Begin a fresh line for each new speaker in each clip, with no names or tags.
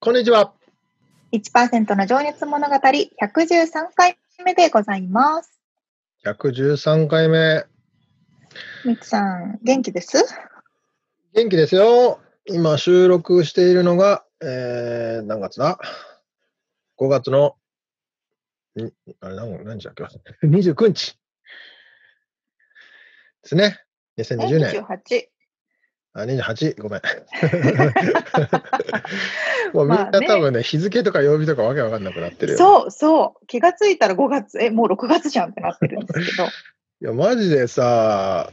こんにちは。
1%の情熱物語113回目でございます。
113回目。
みつさん、元気です
元気ですよ。今収録しているのが、えー、何月だ ?5 月の、んあれ何何日だっけ ?29 日。ですね。2020年。
28。
あ、28。ごめん。 もうみんな
まあね
多分ね、日付とか曜日とかわけわかんなくなってるよ。
そうそう。気がついたら5月、え、もう6月じゃんってなってるんですけど。
いや、マジでさ、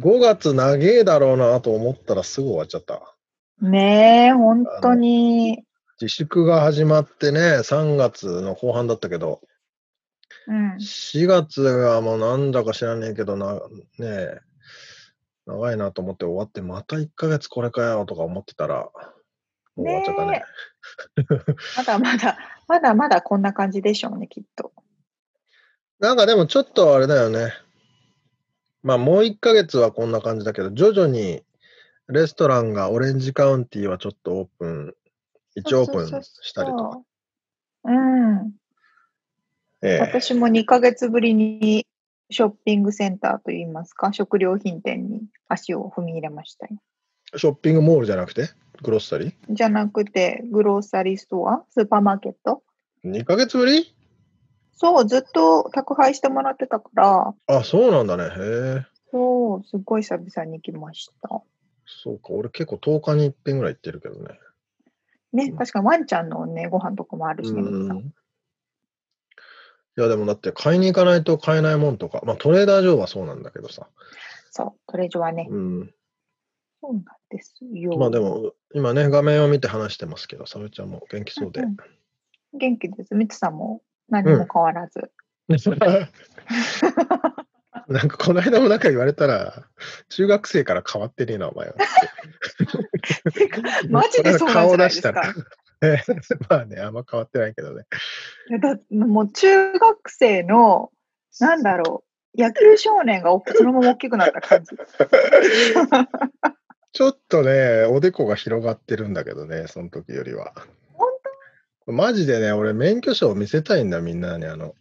5月長えだろうなと思ったらすぐ終わっちゃった。
ねえ、本当に。
自粛が始まってね、3月の後半だったけど、
うん。
4月がもうなんだか知らねえけどな、ねえ、長いなと思って終わって、また1ヶ月これかよとか思ってたら、もう終わっちゃったね。
ねまだまだ、まだまだこんな感じでしょうね、きっと。
なんかでもちょっとあれだよね。まあもう1ヶ月はこんな感じだけど、徐々にレストランがオレンジカウンティーはちょっとオープン、1オープンしたりとか。
そう。うん。
ええ
私も2ヶ月ぶりにショッピングセンターといいますか、食料品店に足を踏み入れましたよ
ショッピングモールじゃなくて、グロッサリー
じゃなくて、グローサリーストア、スーパーマーケット。
?2 ヶ月ぶり
そう、ずっと宅配してもらってたから、
あ、そうなんだね。へえ。
そう、すごい久々に来ました。
そうか、俺結構10日に1遍ぐらい行ってるけどね。
ね、確かにワンちゃんのね、ご飯とかもあるしね。みん
う。
なん
いや、でもだって買いに行かないと買えないもんとか、まあトレーダー上はそうなんだけどさ。
そう、トレジョはね、
うん。
そうなんですよ。
まあでも、今ね、画面を見て話してますけど、サブちゃんも元気そうで
うん。元気です。ミツさんも何も変わらず。
なんかこの間もなんか言われたら、中学生から変わってねえな、お前はって。
てか マジでそうなんじゃないですか。
顔出したら まあね、あんま変わってないけどね。
いやだもう中学生の、なんだろう、野球少年がおそのまま大きくなった感じ。
ちょっとね、おでこが広がってるんだけどね、その時よりは。
本
マジでね、俺、免許証を見せたいんだ、みんなに。あの、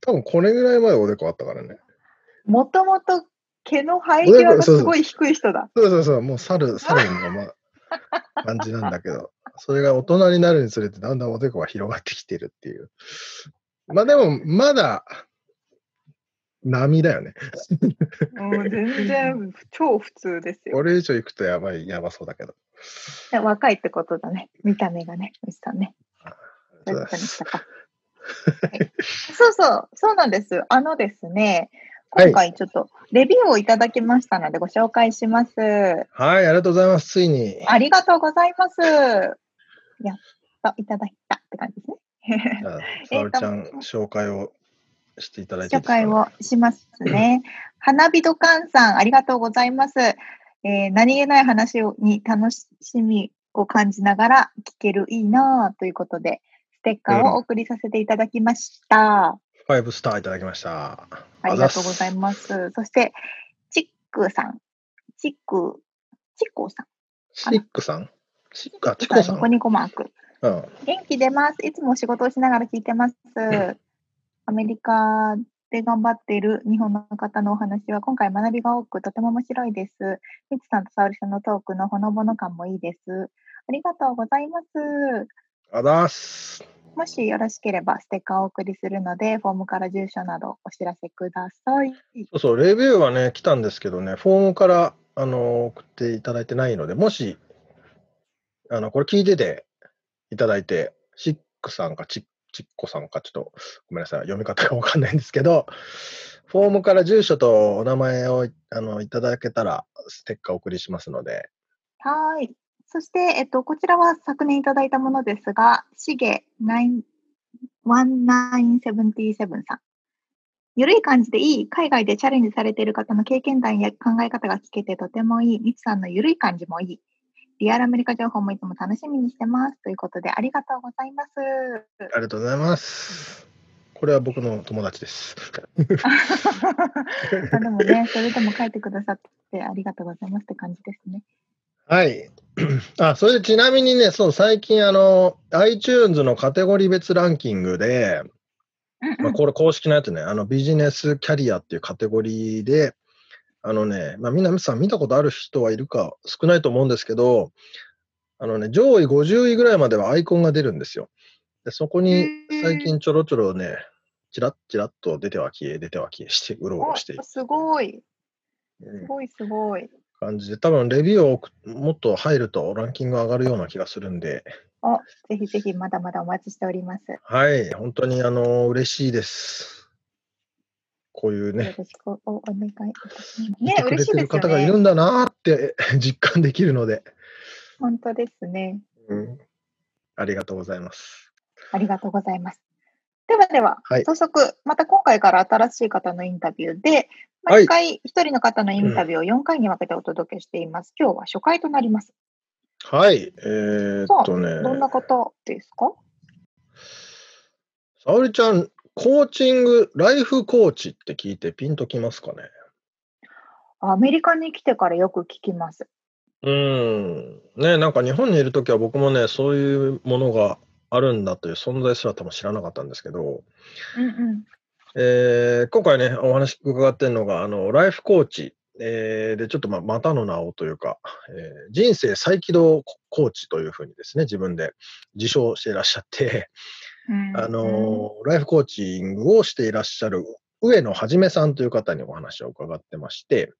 多分これぐらい前おでこあったからね。
もともと毛の生え際がすごい低い人だ。
そうそうそう、もう猿、猿のまま感じなんだけど、それが大人になるにつれて、だんだんおでこが広がってきてるっていう。まあでも、まだ、波だよね。
うん、全然 超普通ですよ。
俺以上行くとやばい、やばそうだけど。
若いってことだね。見た目がね、ミスさんね。そういうことにしたか。はいそうそう、そうなんです。あのですね、
はい
今回ちょっとレビューをいただきましたのでご紹介します。
はい、ありがとうございます。ついに。
ありがとうございます。やっといただいたって感じですね。
じゃあ
え
沙
ー
織
と
ちゃん、紹介をしていただいていい
紹
ですか、
介をします ね。花火土管さん、ありがとうございます。えー何気ない話をに楽しみを感じながら聞けるいいなぁということで、ステッカーをお送りさせていただきました。
ファイブスターいただきました。
ありがとうござい
す。
ます。そして、チックさん、チック、チッコさん、
シックさんシック、あ、チコさん。
ニコニコマーク。
うん。
元気出ます。いつも仕事をしながら聞いてます。アメリカで頑張っている日本の方のお話は今回学びが多くとても面白いです。みつさんとさおりさんのトークのほのぼの感もいいです。ありがとうございます。
あざーす。
もしよろしければステッカーをお送りするので、フォームから住所などお知らせください。
そうそう、レビューはね、来たんですけどね、フォームからあの送っていただいてないので、もし、あのこれ聞いてていただいて、シックさんかチッチッコさんか、ちょっとごめんなさい、読み方がわかんないんですけど、フォームから住所とお名前をあのいただけたら、ステッカーお送りしますので、
はい。そして、えっと、こちらは昨年いただいたものですが、しげ1977さん。ゆるい感じでいい、海外でチャレンジされている方の経験談や考え方が聞けてとてもいい、みつさんのゆるい感じもいい。リアルアメリカ情報もいつも楽しみにしてます。ということで、ありがとうございます。
ありがとうございます。これは僕の友達です。
まあでも ね、それでも書いてくださってありがとうございますって感じですね。
はい。 あ、それでちなみにね、そう、最近、あの、iTunes のカテゴリー別ランキングで、
うん
まあ、これ公式のやつね、あのビジネスキャリアっていうカテゴリーで、あのね、まあ、南さん見たことある人はいるか少ないと思うんですけど、あのね、上位50位ぐらいまではアイコンが出るんですよ。でそこ
へ
に
ー
最近ちょろちょろね、ちらっちらっと出ては消え、出ては消えして、うろうろしてい
おすごい、す
る
ごい、すごい。
感じで、多分レビューを送もっと入るとランキング上がるような気がするんで、
ぜひぜひまだまだお待ちしております。よ
はい、本当にあの、嬉しいです。こういうね、
ろしくおお願いいたします。
見
ね
て、くれ
嬉していで
る
す
方
よ
がいる
ね。
んだなーって え実感できるので、
本当ですね。
うんありがとうございます。
ありがとうございます。ではでは、
はい
早速、また今回から新しい方のインタビューで、
はい
毎回一人の方のインタビューを4回に分けてお届けしています。今日は初回となります。
はい、えー、っとね、
どんな方ですか
沙織ちゃん、コーチング、ライフコーチって聞いてピンときますかね
アメリカに来てからよく聞きます。
うん、ね、なんか日本にいるときは僕もね、そういうものがあるんだという存在すら多分知らなかったんですけど、
うんうん。
えー今回ね、お話伺ってるのが、あの、ライフコーチ、えーで、ちょっとまあ、またの名をというか、えー人生再起動ココーチというふうにですね、自分で自称していらっしゃって、
うん
あのーライフコーチングをしていらっしゃる上野はじめさんという方にお話を伺ってまして、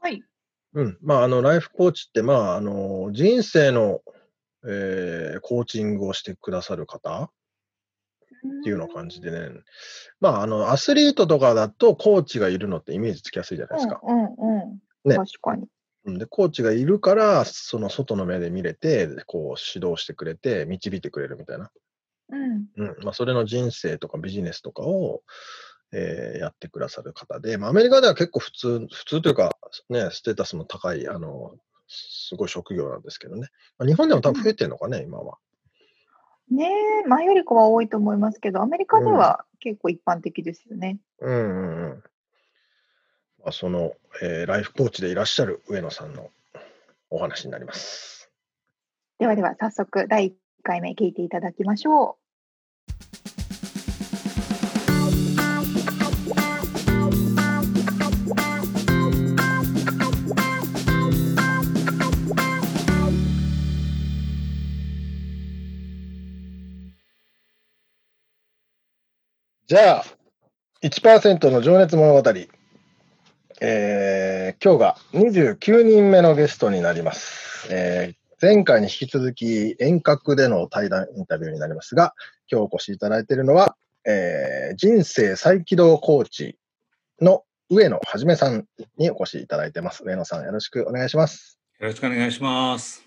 はい。
うん、まあ、あの、ライフコーチって、まあ、あのー人生の、えーコーチングをしてくださる方、っていうような感じでね、まあ、あの、アスリートとかだと、コーチがいるのってイメージつきやすいじゃないですか。
うんうんうん。
ね
確かに。
うんで、コーチがいるから、その外の目で見れて、こう、指導してくれて、導いてくれるみたいな。
うん。
うん。まあ、それの人生とかビジネスとかを、えーやってくださる方で、まあ、アメリカでは結構普通、普通というか、ね、ステータスも高い、あの、すごい職業なんですけどね。まあ日本でも多分増えてるのかね、今は。
ねえ、前よりかは多いと思いますけど、アメリカでは結構一般的ですよね。
うんうんうん。まあ、その、えーライフコーチでいらっしゃる上野さんのお話になります。
ではでは、早速、第1回目聞いていただきましょ
じゃあ、1%の情熱物語。えー今日が29人目のゲストになります。えー前回に引き続き遠隔での対談インタビューになりますが、今日お越しいただいているのは、えー人生再起動コーチの上野はじめさんにお越しいただいてます。上野さん、よろしくお願いします。
よろしくお願いします。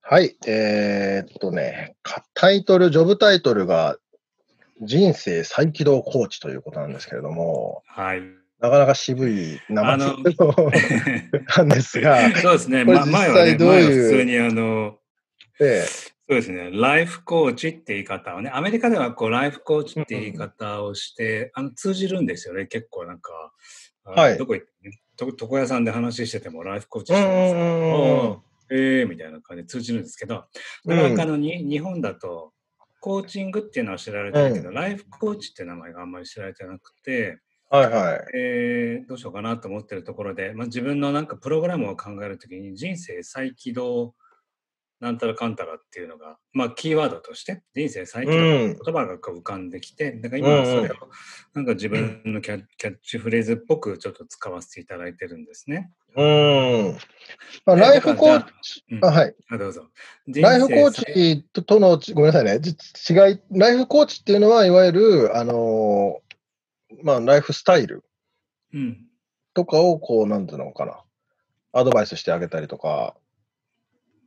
はい、えーっとね、かタイトル、ジョブタイトルが人生再起動コーチということなんですけれども、
はい。
なかなか渋い名前
あの
なんですが、
そうですね。
これ
ま、
実
前は
際
ね、
どういう
前は普通にあの、
え
そうですね。ライフコーチって言い方をね、アメリカではこう、ライフコーチって言い方をして、あの通じるんですよね。結構なんか、あの
はい
どこ行ってねと床屋さんで話しててもライフコーチ
え
してます。お
う
うええみたいな感じで通じるんですけど、なかなかあのに日本だと、コーチングっていうのは知られてるけど、ライフコーチって名前があんまり知られてなくて、
ん、はいはい。
えーどうしようかなと思ってるところで、まあ、自分のなんかプログラムを考えるときに人生再起動なんたらかんたらっていうのが、まあ、キーワードとして、人生最
う
強の
ん。
言葉がこう浮かんできて、だから今はそれを、なんか自分のキャキャッチフレーズっぽくちょっと使わせていただいてるんですね。
うん。まあ、
え
ライフコ
だ
ー
から
チ、
うん
あ、はい。
あ、どうぞ。
ライフコー
人生最
チととの、ごめんなさいね、じ違い、ライフコーチっていうのは、いわゆる、あのーまあ、ライフスタイル
うん。
とかを、こう、なんていうのかな、アドバイスしてあげたりとか、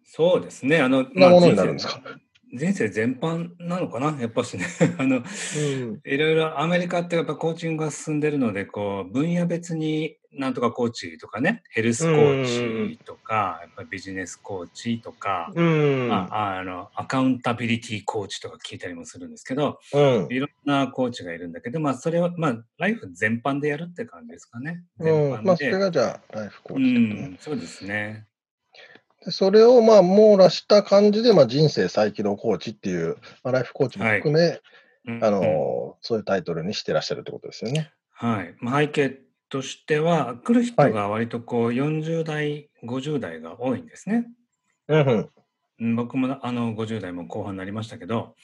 そうですね。あの、
そんなもの
人
になる
生
んですか。
人生全般なのかなやっぱしね。 あの、
うん。
いろいろアメリカってやっぱコーチングが進んでるので、こう、分野別になんとかコーチとかね、ヘルスコーチとか、やっぱビジネスコーチとか、
うん。
まあ、あの、アカウンタビリティコーチとか聞いたりもするんですけど、
うん。
いろんなコーチがいるんだけど、まあ、それは、まあ、ライフ全般でやるって感じですかね。全
うん。ま
般
あ、それ
で。
がじゃあ、ライフコー
う
チってことね、
ん、そうですね。
でそれを、まあ、網羅した感じで、まあ、人生再起動コーチっていう、まあ、ライフコーチも含め、
うん
あ
うん
のーそういうタイトルにしてらっしゃるってことですよね。
はい、まあ、背景としては来る
はい
人が割とこう40代50代が多いんですね。
うんうん。
うん僕もなあの50代も後半になりましたけど、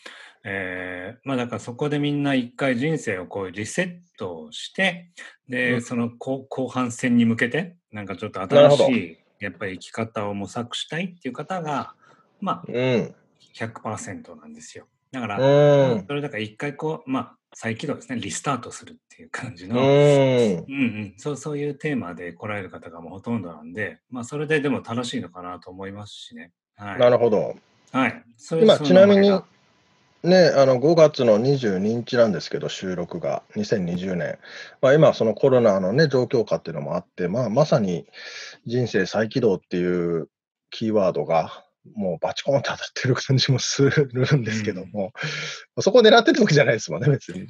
えーまあだからそこでみんな一回人生をこうリセットしてで、
うん
その後後半戦に向けてなんかちょっと
なるほ
新
ど
しいやっぱり生き方を模索したいっていう方がまあ
うん。
100%なんですよ。だから、
うん。
それだから一回こうまあ再起動ですねリスタートするっていう感じの。
うん。
うんうん、そうそういうテーマで来られる方がもうほとんどなんで、まあ、それででも楽しいのかなと思いますしね。はい。
なるほど。
はい、それ
今、
その
ちなみに
名前が、
ね、あの5月の22日なんですけど、収録が、2020年。まあ、今、そのコロナのね、状況下っていうのもあって、まあ、まさに人生再起動っていうキーワードが、もうバチコーンと当たってる感じもするんですけども、そこ狙ってるわけじゃないですもんね、別に。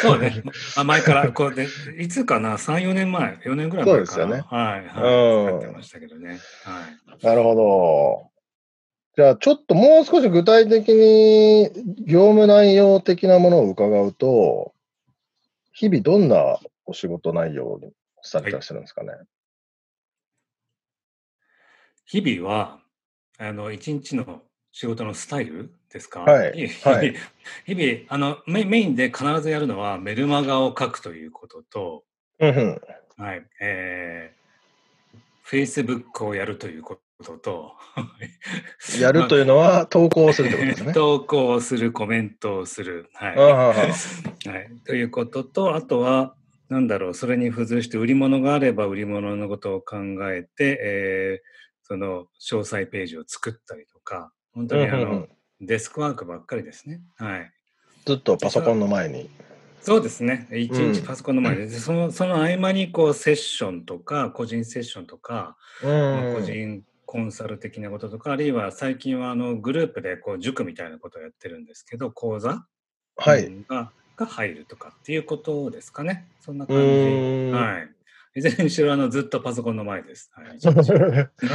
そうね、まあ前から、こうで、いつかな、3、4年前、4年ぐらい
そう
前
で
か
す
ら、
よね
はい、はい、
うん
使ってましたけどね。はい。
なるほど。じゃあ、ちょっともう少し具体的に業務内容的なものを伺うと、日々どんなお仕事内容をされてらっしゃるんですかね。
日々は、あの、一日の仕事のスタイルですか
はい
え
はい
日々、日々あのメ、メインで必ずやるのは、メルマガを書くということと、
うんうん。
はい、えー、Facebook をやるということと、
やるというのは投稿するってこと ですね。
投稿をする、コメントをする、はい
ああああ
はい。ということと、あとは、なんだろう、それに付随して売り物があれば売り物のことを考えて、えーその詳細ページを作ったりとか、本当にあ
うん
の、
うんうん
デスクワークばっかりですね。はい。
ずっとパソコンの前に。
そうですね。一
う
日
ん
パソコンの前で、 でその、その合間にこうセッションとか、個人セッションとか、
う
まあ、個
ん。
人コンサル的なこととか、あるいは最近はあのグループでこう塾みたいなことをやってるんですけど、講座、
は
う
い。
んがが入るとかっていうことですかね。そんな
う
感じ。
ーん。
はい。いずれにしろあのずっとパソコンの前です。はい、一日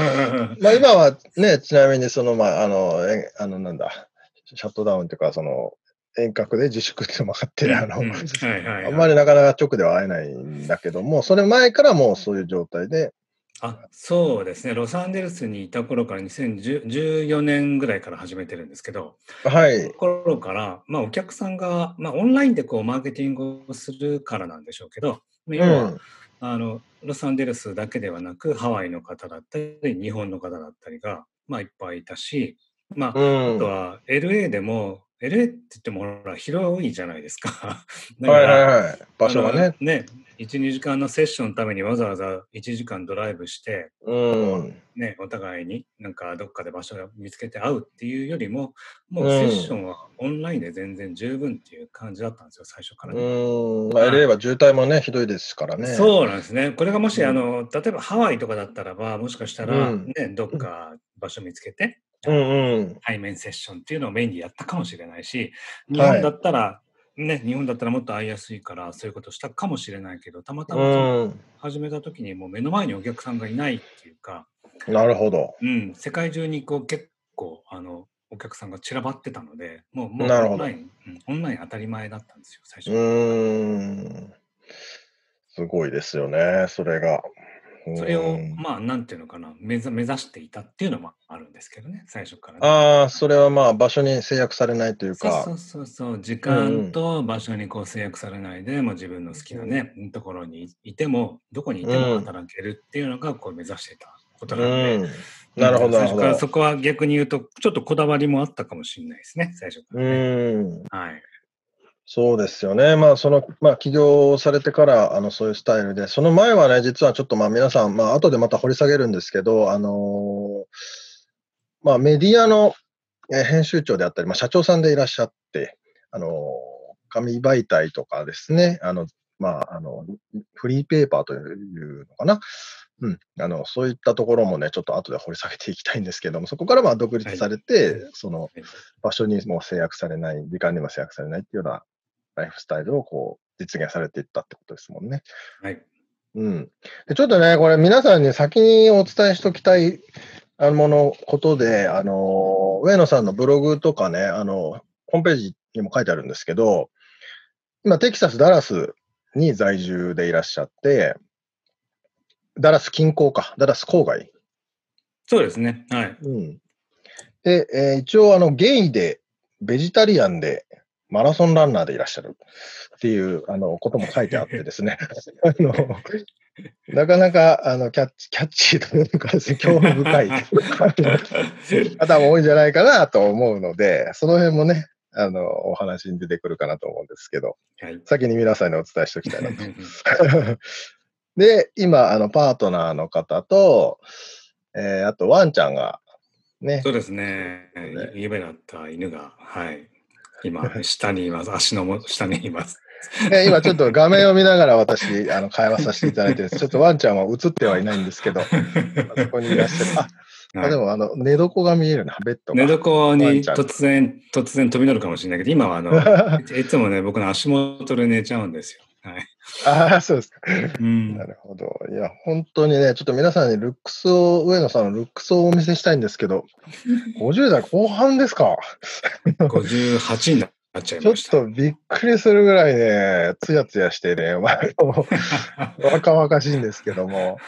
まあ今はね、ちなみにその、まあ、あの、えあの、なんだ、シャットダウンというか、その、遠隔で自粛っていうのもあって、あの、
うんうんはいはいはい
あんまりなかなか直では会えないんだけども、それ前からもうそういう状態で、
あそうですね、ロサンゼルスにいた頃から2014年ぐらいから始めてるんですけど、
はい。
頃から、まあ、お客さんが、まあ、オンラインでこうマーケティングをするからなんでしょうけど、まあ
う
要は
ん。
あのロサンゼルスだけではなくハワイの方だったり日本の方だったりが、まあ、いっぱいいたし、ま
う
あ、あ
ん
と。は LA でも LA って言ってもほら広いじゃないですか。 だか
はいはい
ら
はい。場所がね。
あのね12時間のセッションのためにわざわざ1時間ドライブして
うん。
ね、お互いになんかどっかで場所を見つけて会うっていうよりも、も
う
うんセッションはオンラインで全然十分っていう感じだったんですよ、最初からね。
うん。まあ、LA は渋滞もね、ひどいですからね。
そうなんですね。これがもし、
うん
あの例えばハワイとかだったらば、もしかしたら、
うん
ねどっか場所見つけて、
うんうん。
対面セッションっていうのをメインにやったかもしれないし、日
はい
本だったら、ね、日本だったらもっと会いやすいから、そういうことしたかもしれないけど、たまたまその
うん。
始めた時にもう目の前にお客さんがいないっていうか、
なるほど。
うん、世界中にこう結構あのお客さんが散らばってたので、もうもう
なる
オ
ほ
ン
ど
ライン、うんオンライン当たり前だったんですよ、最
う
初。
ーん。すごいですよね、それが。
それを
うん
まあなんていうのかな目ざ目指していたっていうのもあるんですけどね最初からね、
ああ、それはまあ場所に制約されないという
そう
か。
そうそうそう時
うんう
間
ん
と場所にこう制約されないで、もう自分の好きなね、ところにいてもどこにいても
うん
働けるっていうのがこう目指してたこと
う
なので、
ん。なるほど、なる
最初
ほ
から
ど
そ。こは逆に言うとちょっとこだわりもあったかもしれないですね最初からね、
うん。
はい
そうですよね。まあ、その、まあ、起業されてから、あの、そういうスタイルで、その前はね、実はちょっと、まあ、皆さん、まあ、後でまた掘り下げるんですけど、あのーまあ、メディアのえー編集長であったり、まあ、社長さんでいらっしゃって、あのー紙媒体とかですね、あの、まあ、あの、フリーペーパーというのかな。うん。あの、そういったところもね、ちょっと後で掘り下げていきたいんですけども、そこからまあ、独立されて、
はい
その、場所にも制約されない、時間にも制約されないっていうようなライフスタイルをこう実現されていったってことですもんね。
はい
うん。で、ちょっとね、これ皆さんに先にお伝えしておきたいあのものことで、あの、上野さんのブログとかね、あの、ホームページにも書いてあるんですけど、今、テキサス・ダラスに在住でいらっしゃって、ダラス近郊か、ダラス郊外
そうですね はい
うん。で、えー一応、あの、ゲイで、ベジタリアンで、マラソンランナーでいらっしゃるっていう、あの、ことも書いてあってですね。あの、なかなか、あの、キャッチ、キャッチーというかですね、興味深いあの方も多いんじゃないかなと思うので、その辺もね、あの、お話に出てくるかなと思うんですけど、
はい
先に皆さんにお伝えしておきたいなとで、今、あの、パートナーの方と、えーあと、ワンちゃんが、ね
そ、うですね
ね。
夢だった犬が、はい。今、下にいます。足のも下にいます。
ね、今ちょっと画面を見ながら私、あの、会話させていただいてるんです ちょっとワンちゃんは映ってはいないんですけど、あそこにいらっしゃる。あ、あで
はい
もあの、寝床が見えるな、ベッド
寝
が。
床
ワン
に
ちゃん
突然、突然飛び乗るかもしれないけど、今はあの、 いいつもね、僕の足元で寝ちゃうんですよ。はい。
ああ、そうですか。
うん
なるほど。いや、本当にね、ちょっと皆さんにルックスを、上野さんのルックスをお見せしたいんですけ ど、50代後半ですか。
58になっちゃい
ちょっ
ました。
とびっくりするぐらいね、つやつやしてね、まああ の若々しいんですけども。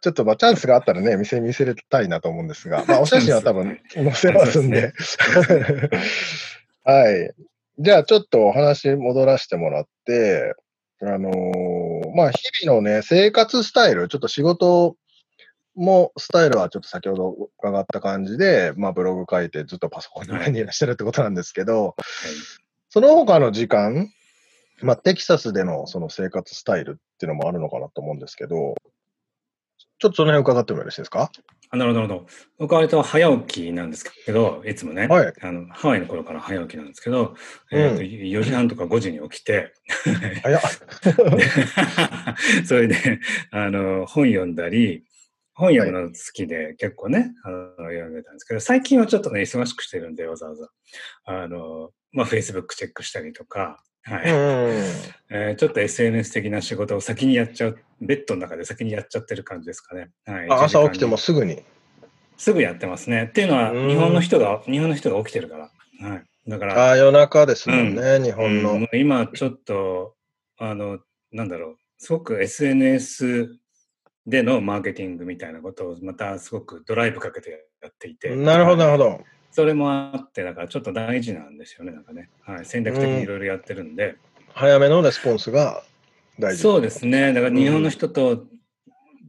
ちょっとまあチャンスがあったらね、見せ見せれたいなと思うんですが、まあ、お写真は多分載せますんで。はい。じゃあ、ちょっとお話戻らせてもらって、あのーまあ、日々のね、生活スタイル、ちょっと仕事もスタイルはちょっと先ほど伺った感じで、まあ、ブログ書いてずっとパソコンの前にいらっしゃるってことなんですけど、その他の時間、まあ、テキサスでのその生活スタイルっていうのもあるのかなと思うんですけど、ちょっとその辺伺ってもよろしいですか
あなるほど、なるほど。僕は割と早起きなんですけど、いつもね、
はい
あのハワイの頃から早起きなんですけど、
うん
えーと4時半とか5時に起きて、
早っ。
で それであの本読んだり本読むの好きで結構ね、あの読んでたんですけど最近はちょっとね忙しくしてるんでわざわざあの、まあ、Facebook チェックしたりとか、はい
うん。
えーちょっと SNS 的な仕事を先にやっちゃうベッドの中で先にやっちゃってる感じですかね、は
あ
い、1時間
朝
に
起きてもすぐに。
すぐやってますねっていうのは
うん
日本の人が日本の人が起きてるから、はい、だから
ああ、夜中ですもんね、日
う
本
ん
の。
もう今ちょっとあのなんだろうすごく SNS でのマーケティングみたいなことをまたすごくドライブかけてやっていて
なるほど、なるほ
ど
ど。
それもあってだからちょっと大事なんですよねなんかね、はい、戦略的にいろいろやってるんで、
早めのレスポンスが大事。
そうですねだから日本の人と、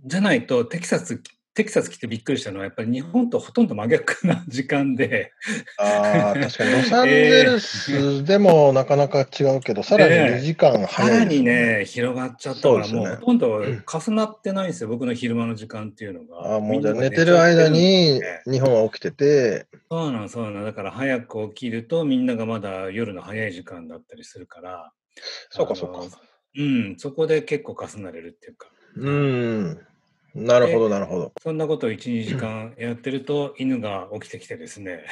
じゃないとテキサステキサス来てびっくりしたのはやっぱり日本とほとんど真逆な時間で
ああ、 確かにロサンゼルスでもなかなか違うけど、さらに2時間
さ
早
ら
いです
に
もんね。
ね、広がっちゃったか
そう
ら、
ですね
もうほとんど重なってないんですよ、僕の昼間の時間っていうのが。
ああ、もうじゃあ
みん
寝
なが
てる間
寝ちゃってる
に
ね
日本は起きてて、
そうなの、そうなの。だから早く起きると、みんながまだ夜の早い時間だったりするから、
そうか
あの
そうか。
うん、そこで結構重なれるっていうか。
うん。なるほど、なるほ ど。
そんなことを1、2時間やってると、犬が起きてきてですね、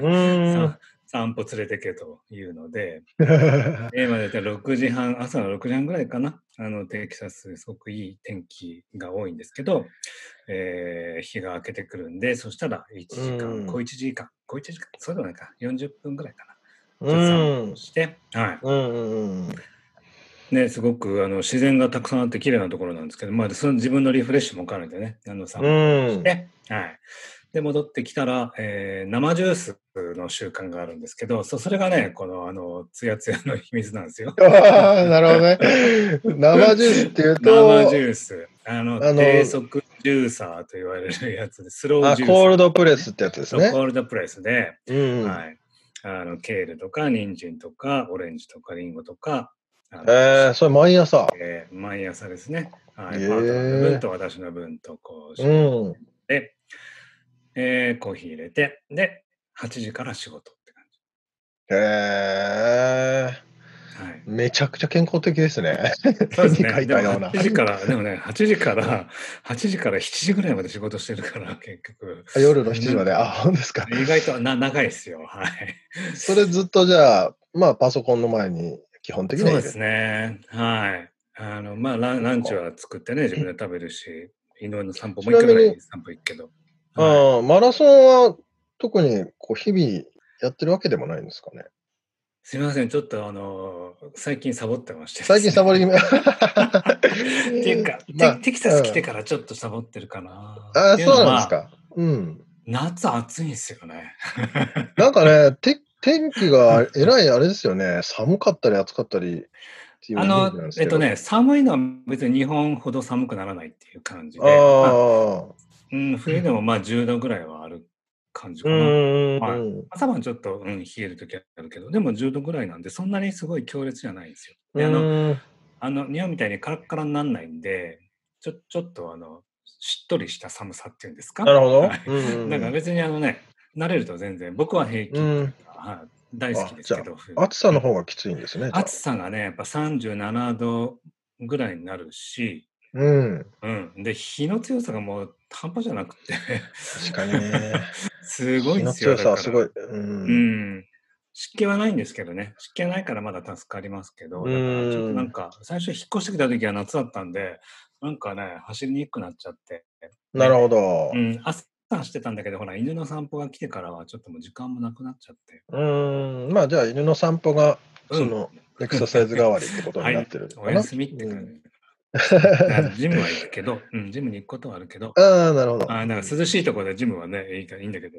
うん。
散歩連れてけという ので、えーまあ、大体6時半、朝の6時半ぐらいかな。あの、テキサス、すごくいい天気が多いんですけど、えー日が明けてくるんで、そしたら1時間、
うん
小1時間、小1時間、そうでもないか、40分ぐらいかな。
う
ちょっと散
ん
歩。して、はい。
うんうんうん。
ね、すごくあの自然がたくさんあって綺麗なところなんですけど、まあ、その自分のリフレッシュも兼ねてね、南野さんも
うん。
ね、はい。で、戻ってきたら、えー生ジュースの習慣があるんですけど、そそれがね、この、あの、つやつやの秘密なんですよ。
ああ、なるほどね。生ジュースっていうと、
生ジュース。あの、
あの
低速ジューサーと言われるやつで、スロー
あ、
ジューサー。
コールドプレスってやつです
そう
ね。
コールドプレスで、
うん。
はい。あの、ケールとか、人参とか、オレンジとか、リンゴとか、あの
えー、それ毎朝。
えー毎朝ですね。はい。パ
へ
ー
ー
トナーの分と私の分と、こう、
うん。
で、えーコーヒー入れて、で、8時から仕事って感
えー、
じ。 はい。
めちゃくちゃ健康的ですね。
そ うです
に書
ね。
い
で
た
も
ような
8時から、でもね、8時から、8時から7時ぐらいまで仕事してるから、結局。
夜の7時まで。
なん
あ、
か
本当ですか。
意外とな長いですよ。はい。
それずっとじゃあ、まあ、パソコンの前に基本的に
そ
はいうる。
ですね。はい。あの、まあラン、ランチは作ってね、自分で食べるし、犬の散歩も行くぐら
ちなみ
い
に
散歩行くけど。はい
あーマラソンは特にこう日々やってるわけでもないんですかね。
すみません、ちょっとあの、最近サボってましてですね、
最近サボり 気味。
っていうか、
まあ
テテキサス来てからちょっとサボってるかな。
あ
っ
あ、
ていのは
そうなんです。か。うん。
夏暑いんですよね。
なんかね、て天気 がえらいあれですよね。寒かったり暑かったりっていう
あ
イメー
の
ジなんで、す
え
け
っ
ど。
とね、寒いのは別に日本ほど寒くならないっていう感じで、まあ
ああ。
うん、冬でもまあ10度ぐらいはある感じか
う
な。は
ん
い。朝晩ちょっと、うん、冷える時あるけど、でも10度ぐらいなんで、そんなにすごい強烈じゃないんですよ。で、あの、
うん。
あの日本みたいにカラッカラにならないんで、ちょちょっとあのしっとりした寒さっていうんですか。
なるほど
は。い
うん
だから別にあのね、慣れると全然、僕は平気っていうか、はい大好きですけど、冬
暑さの方がきついんですね。じゃあ
暑さがね、やっぱ37度ぐらいになるし、
うん。
うん、で、日の強さがもう半端じゃなくて、
確かにね。
すごいんです
日の
よ、
強さは
だ
す
か
ご
ら
い。うん
うん湿気はないんですけどね、湿気はないからまだ助かりますけど、だからちょっとなんか、最初引っ越してきた時は夏だったんで、なんかね、走りにくくなっちゃって、
なるほど
う。ん、朝してたんだけど、ほら、犬の散歩が来てからは、ちょっともう時間もなくなっちゃって、
うん。まあじゃあ犬の散歩が
うん
そのエクササイズ代わりってことになってるのかな。
お休みって感じ。だからジムは行くけど、うん、ジムに行くことはあるけど、
ああ、なるほど。
あなんか涼しいところでジムはね、いいからいいんだけど、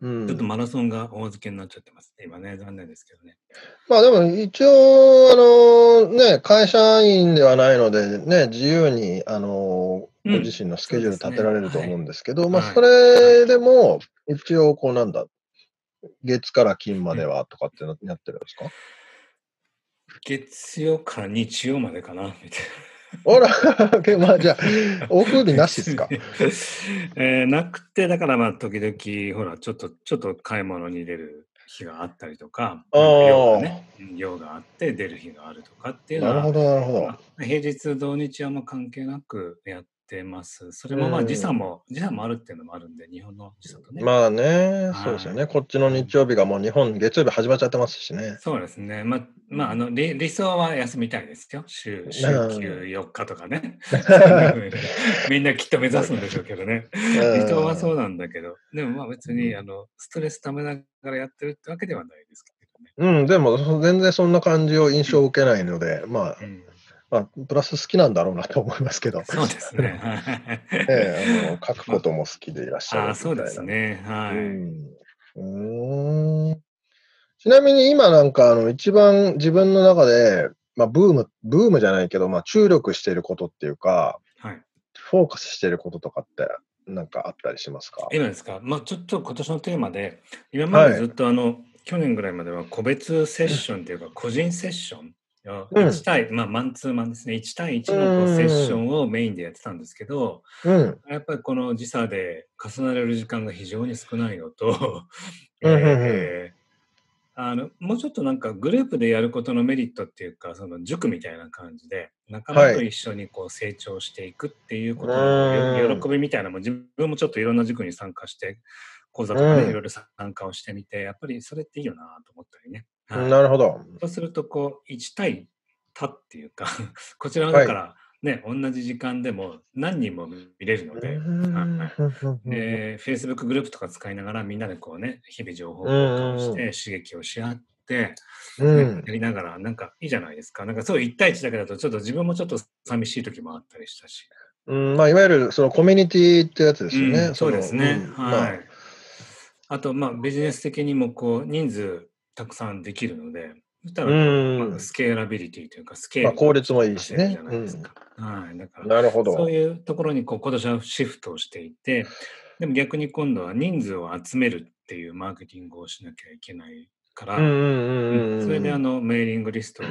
うん
ちょっとマラソンが大漬けになっちゃってます、今ね、残念ですけどね。
まあでも一応、あのね、会社員ではないので、ね、自由に、あの
うん
ご自身のスケジュール
そうで
立て
すね
られると思うんですけど、まあ
はい
それでも、一応、こうなんだ、月から金まではとかってなやってるんですか、
月曜から日曜までかな、みたいな。
あら、けまあじゃあ、オフ日なし ですか
えーなくて、だからまあ、時々、ほら、ちょっと、ちょっと買い物に出る日があったりとか、
あー
なんか用がね、うん用があって出る日があるとかっていうの
なるほ
は、
ど、なるほど
ま。あ平日、土日はもう関係なくやってます。それもま
う
あ、
ん
時差も、時差もあるっていうのもあるんで、日本の時差とね。
まあね、そうですよ
は
ね。こっちの日曜日がもう日本、月曜日始まっちゃってますし ね。
そうですね。まあ、まあ、あの理、理想は休みたいですよ。週、週
うん
休4日とか ね。そんな風にみんなきっと目指すんでしょうけどね。
うん
理想はそうなんだけど、でもまあ別に、あの、ストレスためながらやってるってわけではないですけどね。
うん、でもそ全然そんな感じを印象を受けないので、まあ、
うん、
まあ、プラス好きなんだろうなと思いますけど、
そうですね。はい
ええあの書くことも好きでいらっしゃる
あ
みたいな。
あ、そうですね。はい。
うんうーんちなみに今なんかあの一番自分の中で、まあ、ブーム、ブームじゃないけど、まあ、注力していることっていうか、
はい。
フォーカスしていることとかって、なんかあったりしますか
今ですか、まあ、ちょっと今年のテーマで、今まで
はい
ずっとあの、去年ぐらいまでは個別セッションというか、個人セッション、
うん
1対、まあ、マンツーマンですね、1対1のこうセッションをメインでやってたんですけど、
うん。
やっぱりこの時差で重なれる時間が非常に少ないのと、
うんうんうん
えーあのもうちょっとなんかグループでやることのメリットっていうかその塾みたいな感じで仲間と一緒にこう成長していくっていうことの
う
よ
ん
喜びみたいなのも自分もちょっといろんな塾に参加して講座とかね、
うん
いろいろ参加をしてみてやっぱりそれっていいよなと思ったりね。はい
なるほど。
そうすると、こう、1対多っていうか、 こちらの
はい
だから、ね、同じ時間でも何人も見れるので、はいで、Facebook グループとか使いながらみんなでこうね、日々情報を交換して刺激をし合っって、
うん。
やりながら、なんかいいじゃないですか。なんかそう一対一だけだと、ちょっと自分もちょっと寂しい時もあったりしたし。
うん、まあ、いわゆる、そのコミュニティってやつですよね。
うんそうですね。
そのうん
はい。あと、まあ、ビジネス的にも、こう、人数たくさんできるので、そした
まあう
ら、
ん
まあ。スケーラビリティというか、スケール
まあ、効率もいいし
出せ
ね
るじゃ。ないですかはい。だか
うん
ら、
なるほど。
そういうところにこう今年はシフトをしていて、でも逆に今度は人数を集めるっていうマーケティングをしなきゃいけないから、
うんうんうんうんうん。
それであのメーリングリストを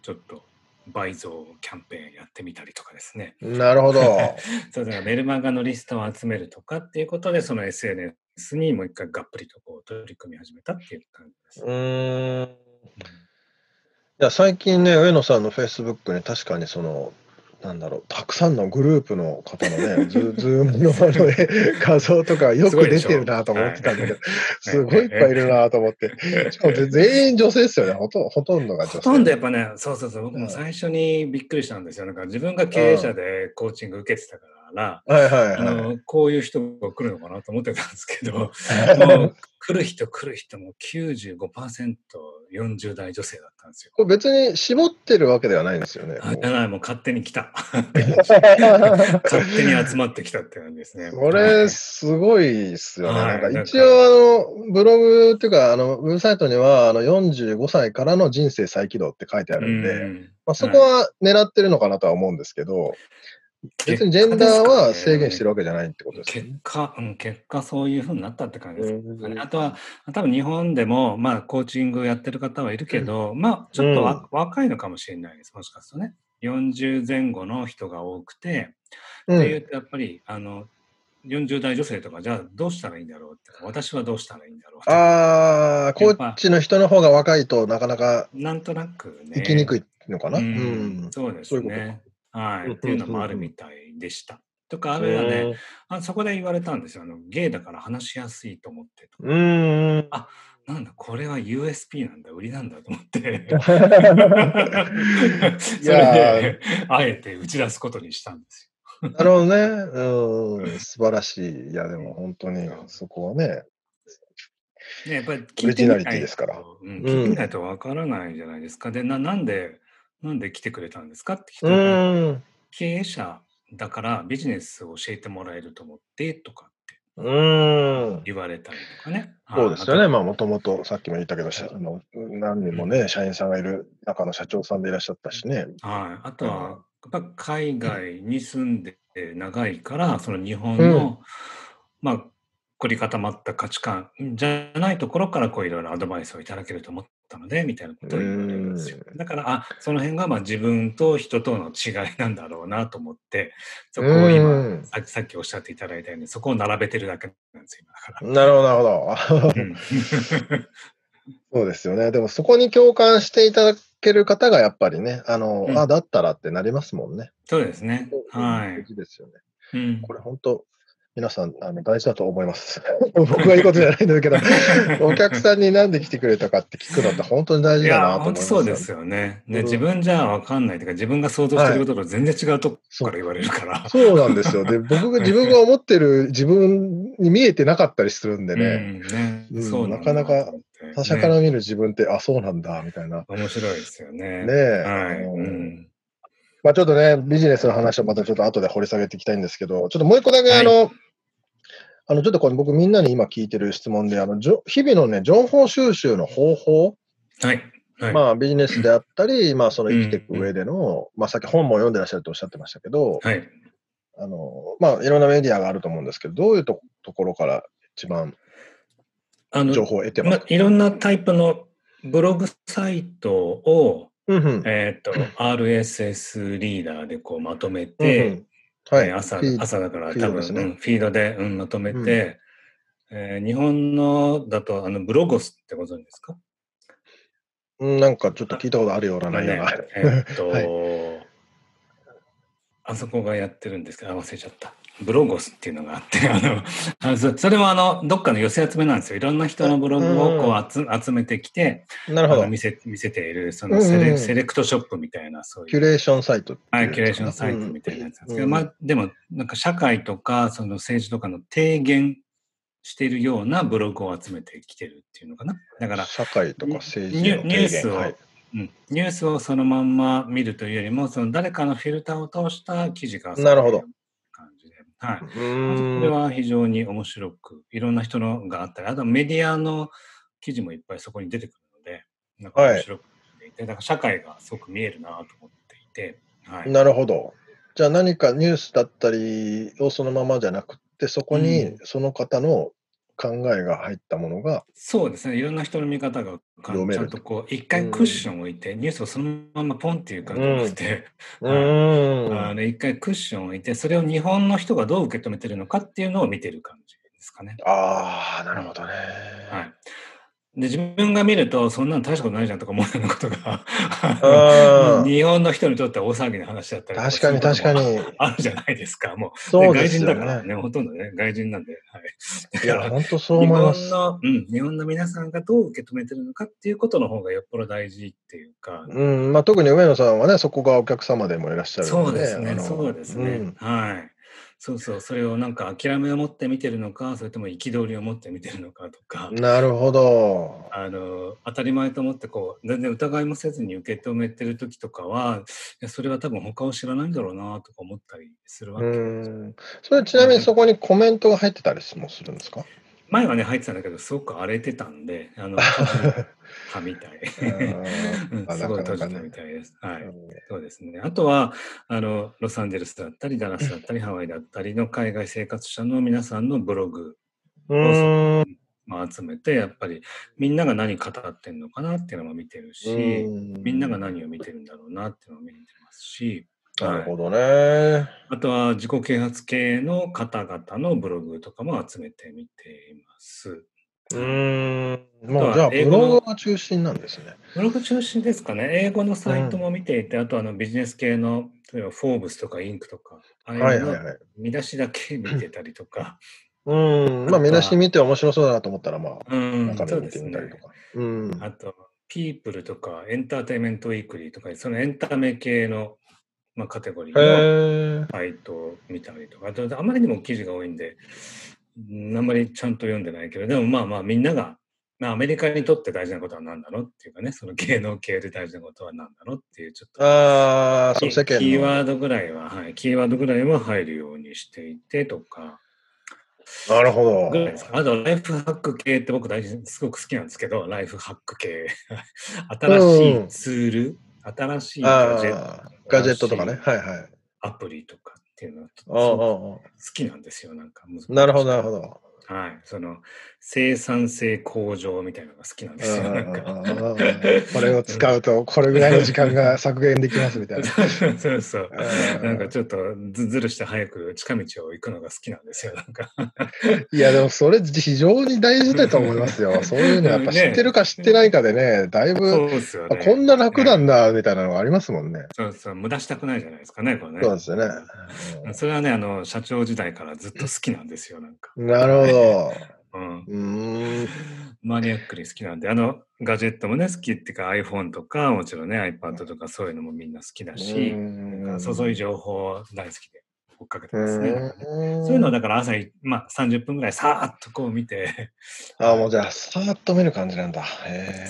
ちょっと倍増キャンペーンやってみたりとかですね。
なるほど。
そうだからメルマガのリストを集めるとかっていうことで、その SNS にもう一回がっぷりとこう取り組み始めたっていう感じです。
うーん。いや、最近ね、上野さんの Facebook に確かにその、なんだろう、たくさんのグループの方の ね、ズズームのあの、ね、画像とかよ
すご
く
いで
出
しょ
てるなと思ってたんだけど、すごいいっぱいいるなと思って、しかも
はい
全員女性ですよね、ほとほとんどが女性。
ほとんどやっぱね、そうそうそう、僕も最初にびっくりしたんですよ。なんか自分が経営者でコーチング受けてたから、
はいはい
あ
はい。
の、こういう人が来るのかなと思ってたんで すけど、もう来る人来る人も95%、40代女性だったんですよ。
これ別に絞ってるわけではないんですよね。
あじゃない、もう勝手に来た。勝
勝
手に集まってきたって感じです ね。
これ、すごいっすよね。
はい
なん
な
か
んか
一応、あの、ブログっていうか、あの、ウェブサイトには、あの、45歳からの人生再起動って書いてあ
う
るんで、
ん、
まあ、そこは狙ってるのかなとは思うんですけど、別にジェンダーは制限してるわけじゃないってことですよ
結
ね。
果、うん、結果そういうふうになったって感じですか
う
ね。
ん
あとは、多分日本でも、まあ、コーチングやってる方はいるけど、まあ、ちょっとわ、若いのかもしれないです。もしかするとね。40前後の人が多くて、
う。
っていうんと、やっぱり、あの、40代女性とか、じゃあどうしたらいいんだろうってか、私はどうしたらいいんだろうとか、
ああ、こっちの人の方が若いとなかなか
なんとなくね。
生きにくいのかな。う
うんん。そう
そ
で
う
す
いうことか
ね。は
うん
い。っていうのもあるみたいでした。とか、あれはね、あそこで言われたんですよ。あの、ゲイだから話しやすいと思ってと
うん。うん。
あなんだ、これは USP なんだ、売りなんだと思って。
い
それ
やー
で、あえて打ち出すことにしたんです
なるほどね。うん、素晴らしい。いや、でも本当に
うん
そこはね、
よ。ね、やっぱり
オ
聞
リ
いて
ジナ
み
リ
な
ティで
い
すから。
と、うん、
ん
聞いてみないとわからないじゃないですか。で、ななんで、なんで来てくれたんですかって聞いうたら、
ん、
経営者だからビジネスを教えてもらえると思ってとかっ
う
て
ん。
言われたりとかね。
そう
は
で
い
すよね。
あと
まあ、もともと、さっきも言ったけど、社あの何人もね、社員さんがいる中の社長さんでいらっしゃったしね。
はい、あと
うん
は、やっぱ海外に住んで長いから、その日
う
本
ん
の、まあ、凝り固まった価値観じゃないところから、こう、いろいろアドバイスをいただけると思ったので、みたいなことを言われるんですよ。だから、あ、その辺が、まあ、自分と人との違いなんだろうなと思って、そこを今、
うん
ささっきおっしゃっていただいたように、そこを並べてるだけなんですよ、今だから。
なるほど、 なるほど。
うん
そうですよね。でも、そこに共感していただける方が、やっぱりね、あの、
うん
あ、だったらってなりますもんね。
そうですね。は
大
い。
事ですよね。
うん
これ本当、皆さんあの大事だと思います。 僕が言うことじゃないん だけど、お客さんになんで来てくれたかって聞くのって本当に大
い
事だ
や
な
ー、
と思い
本
ま
当
す、
そうです。よね。ね、
うん
自分じゃわかんないというか、自分が想像してることと全然違うとこ
そ
から
う
言われるから。
そうなんですよ。で、僕が自分が思ってる自分に見えてなかったりするんでね、
うん、ね、
うん
そうなんだ
なかなか
と思って
他者から
ね、
見る自分って、あ、そうなんだ、みたいな。
面白いですよ
ね
ね。
え
はい。
う
うんん。
まあちょっとね、ビジネスの話をまたちょっと後で掘り下げていきたいんですけど、ちょっともう一個だけ、
はい
あの、あのちょっとこれ僕みんなに今聞いてる質問で、あのじょ日々のね、情報収集の方法、
はい。はい。
まあ、ビジネスであったり、まあ、その生きていく
うん
上での、まあ、さっき本も読んでらっしゃるとおっしゃってましたけど、
はい。
あの、まあ、いろんなメディアがあると思うんですけど、どういうとところから一番
あ
情
の、
報を得てま
ますあ
か、
いろんなタイプのブログサイトを、
うんうん。
えっ、と、RSS リーダーでこうまとめて、
うんうんは
え
い。
ー朝
フィー
朝だから
フィー
多
ドで
分
すね
うんフィードで、うん、まとめて、えー日本のだとあのブロゴスってご存知ですか
うんなんかちょっと聞いたことあるような、ないような。
あのねえーっと、
はい。
あそこがやってるんですけどあ忘れちゃったブロゴスっていうのがあってあのあのそそれもあのどっかの寄せ集めなんですよいろんな人のブログをこう集,、集めてきて
なる
あ
ほ
の
ど。
見せ見せているそ
うん
の
うん
セレ,、セレクトショップみたいなそういう
キュレーションサイトって
は
いう
い、
やつかな。
キュレーションサイトみたいなやつなんですけど、
うん
まあでも、なんか社会とか、その政治とかの提言しているようなブログを集めてきてるっていうのかな。だから、
社会とか政治
ニ
の
ュニュースを
はい
うん、ニュースをそのまんま見るというよりも、その誰かのフィルターを通した記事が
なるほど。。
感じで。はいうこれ
ーん
は非常に面白く、いろんな人のがあったり、あとメディアの記事もいっぱいそこに出てくるので、なんか面白くて、だから社会がすごく見えるなと思っていて、はい。
なるほど。じゃあ何かニュースだったりをそのままじゃなくって、そこに
う
その方の考えが入ったものが、
そうですね、いろんな人の見方がか
読める
ちゃんとこう、一回クッションを置いて、ニュースをそのままポンっていう感じじゃなくて、
う
はい
ー
あ
ん。
の一回クッションを置いて、それを日本の人がどう受け止めてるのかっていうのを見てる感じですかね。
ああ、なるほどね。
はい。で、自分が見ると、そんなの大したことないじゃんとか思うようなことが、
あー
日本の人にとっては大騒ぎの話だったりと
確かに確か
そういうことも
に。
ああるじゃないですか、もう。で
そうで
外
す
人だ
よ
から
ね。
ね、ほとんどね、外人なんで。はい。
い
だ
や、
から
本当そう
日
思いま
本
す。
の、うん、日本の皆さんがどう受け止めてるのかっていうことの方がよっぽど大事っていうか、
うんまあ、特に上野さんはね、そこがお客様でもいらっしゃる
そ
ん
う
で
で
ね、
す
あ
ね、そう
の、
です
う
ね。
ん、
はい。そうそう、それをなんか諦めを持って見てるのか、それとも憤りを持って見てるのかとか、
なるほど。
あの当たり前と思ってこう全然疑いもせずに受け止めてる時とかはいやそれは多分他を知らないんだろうなとか思ったりするわ
う
けですよ。
ん。それちなみにそこにコメントが入ってたりもするんですか
前はね入ってたんだけどすごく荒れてたんで あの閉じたみたい、
うん
うん
あ、
す
な
ごい
かな
閉
か
じ
ね。
たみたいです。は
う
い
ん
そうですね、あとはあのロサンゼルスだったりダラスだったりハワイだったりの海外生活者の皆さんのブログ
う
をそ、
ーん。
まあ、集めてやっぱりみんなが何語ってんのかなっていうのも見てる
う
し、みんなが
ん
何を見てるんだろうなっていうのを見てますし、
なる
はい、
ほどね。
あとは自己啓発系の方々のブログとかも集めてみています。
う
はい、
ーん。
あと
もうじゃ
は
あ、
英
ブ
語
ロ
の
グが中心なんですね。
ブログ中心ですかね、英語の
う
サイト
ん。
も見ていて、あとあのビジネス系の、例えばフォーブスとかインクとか、ああいう
は
の
いはい
の
はい。
見出しだけ見てたりとか、
うん。
あ
まあ、見
と
出し
は、
見て面白そうだなと思ったら、まあ、
うん、
中身
そう
見
で
て
す
みたりと
ね。
か。うん。
あと、ピープルとか、エンターテイメントウィークリーとか、そのエンタメ系の、まあ、カテゴリーの
へえ。
サイトを見たりとか、あと、あまりにも記事が多いんで、うんあんまりちゃんと読んでないけど、でもまあまあ、みんなが、まあ、アメリカにとって大事なことは何なのっていうかね、その芸能系で大事なことは何なのっていう、ちょっと、
ああ、そう、
キ
世間
キー
の。
ワードぐらいは、はい、キーワードぐらいは入るようにしていてとか、
なるほ
ぐらいです
ど。
か。あと、ライフハック系って僕大事、すごく好きなんですけど、ライフハック系。
う
新し
んう
い
ん。
ツール、新しいガジェッ
ああ、
ト、
ガジ
新
ェットとかね。
しい
はいはい。
アプリとかっていうのは、
あ
すごく好
あ、ああ
きなんですよ。なんか、む
なるほ
昔
ど、な
か
るほど。
ら。はい。その、生産性向上みたいなのが好きなんで
う
す
んう
よ。なんん か。
うんうんうんうんこれを
う
使
ん
うと、これぐらいの時間が削減できますみたいな。
そうそうそうそう なんか
うん
ちょっとずずるして早く近道を行くのが好きなんですよなんか
いや、でもそれ非常に大事だと思います よ。そういうのやっぱ知ってる
ね
か知ってないかでね、だいぶ、
そうですよ
あこん
ね
な楽な
ね
んだみたいなのがありますもんね。
そうそう、無駄したくないじゃないですかね、これ
そうで
ね。
すよね。
うん、それはね、あの、社長時代からずっと好きなんですよ、なんか。
うんなる
は
ほ
い。
ど。
うん。
うーん。
マニアックに好きなんで、あの、ガジェットもね、好きっていうか iPhone とか、もちろんね、iPad とかそういうのもみんな好きだ
う。
し、なんか、そうそういうん情報大好きで追っかけてますね、なん
う
かね。そういう
ー
のを
ん。
だから朝い、まあ、30分ぐらいさーっとこう見て、
ああ、
は
もう
い。
じゃあ、さーっと見る感じなんだ。
さ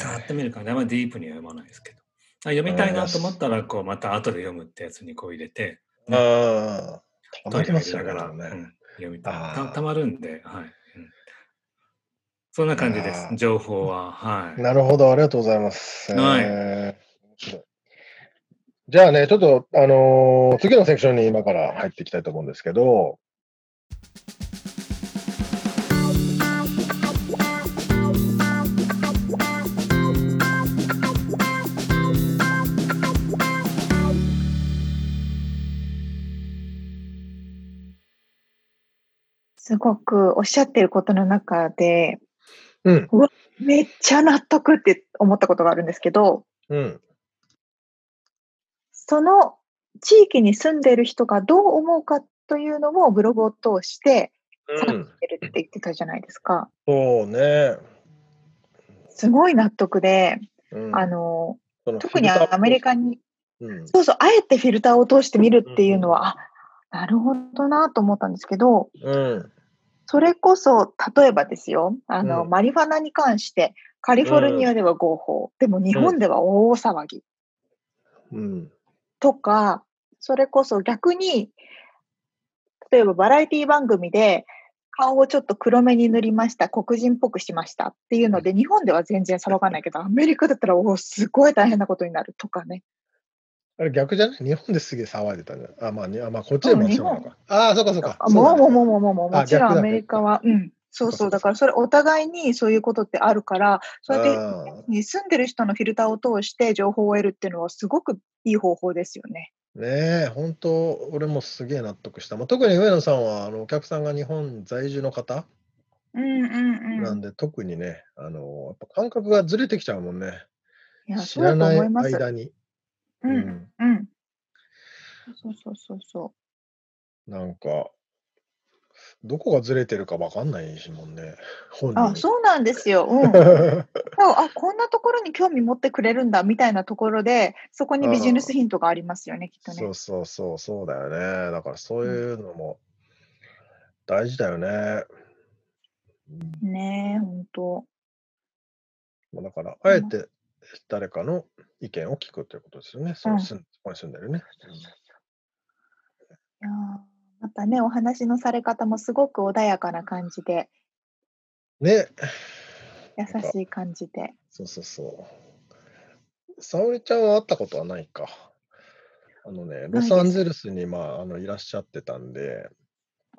ー
へ
っと見る感じ、あんまりディープには読まないですけど。あ読み
え。
た
う
い
ん、いや、
なと思っ
す
たら、こう、また後で読むってやつにこう入れて、ね。
ああ、た
ト
ま
イ
り
レを
ま
入
す
れ
よ
なが
ね、でもね。
ら、うん、読みたい。たた
あ
まるんで、はい、うん。そんな
あ、い
感じです。
や
情報は。は
ーなるほど、ありがとうございます。
い。はい。
えーじゃあね、ちょっと、あのー次のセクションに今から入っていきたいと思うんですけど、
すごくおっしゃってることの中で、
うん、
うわ、めっちゃ納得って思ったことがあるんですけど、
うん、
その地域に住んでいる人がどう思うかというのをブログを通して
う
探し
ん。
てるって言ってたじゃないですか。
そうね。
すごい納得で、
う
あ
ん。
の、
そのフ
特
ィル
に
ター
アメ
を
リ
通し
カ
て。
に、
うん。
そうそう、あえてフィルターを通して見る
う
っていうの
ん。
は、あ、なるほどなと思ったんですけど、
うん。
それこそ、例えばですよ、あの、
うん
マリファナに関して、カリフォルニアでは合法、でも日本では大騒ぎ
うん。
とか、それこそ逆に、例えばバラエティ番組で、顔をちょっと黒目に塗りました、黒人っぽくしましたっていうので、日本では全然騒がないけど、アメリカだったら、おお、すごい大変なことになるとかね。
あれ逆じゃない日本ですげえ騒いでたね。あ、まあ、にあまあ、こっちでも
うん
そうなのか。ああ、そうかそうか。
あもうもうもう
う
もうもうもうもちろん
あ逆
ア
だ
メリカは、うん、そう
そ
そうう、
かそうか
だからそれお互いにそういうことってあるから、そうやって
やって。
に住んでる人のフィルターを通して情報を得るっていうのはすごくいい方法ですよね。
ねえ、本当、俺もすげえ納得した。まあ、特に上野さんはあのお客さんが日本在住の方
うんうん
な
うん
で、特にね、あのやっぱ感覚がずれてきちゃうもんね。
ん。いや、
知
そうだ
ら
と
ない
思います。
間に。
うんうんうん。そうそうそうそう。
なんか、どこがずれてるかわかんないしもんね、本人。
あ、 そうなんですよ。うん。そうあ、こんなところに興味持ってくれるんだみたいなところで、そこにビジネスヒントがありますよね、きっと
そ
ね
う。そうそう、そうだよね。だからそういうのも大事だよね。
ねえ、本当。
まあだから、あえて誰かの意見を聞くということですよね。その住んそこに住んでるね。
いやーまたね、お話のされ方もすごく穏やかな感じで、
ね。
優
なんか
しい感じで。
そうそうそう。沙織ちゃんは会ったことはないか。あのね、
な
ロ
いです
サンゼルスに、まあ、あのいらっしゃってたんで、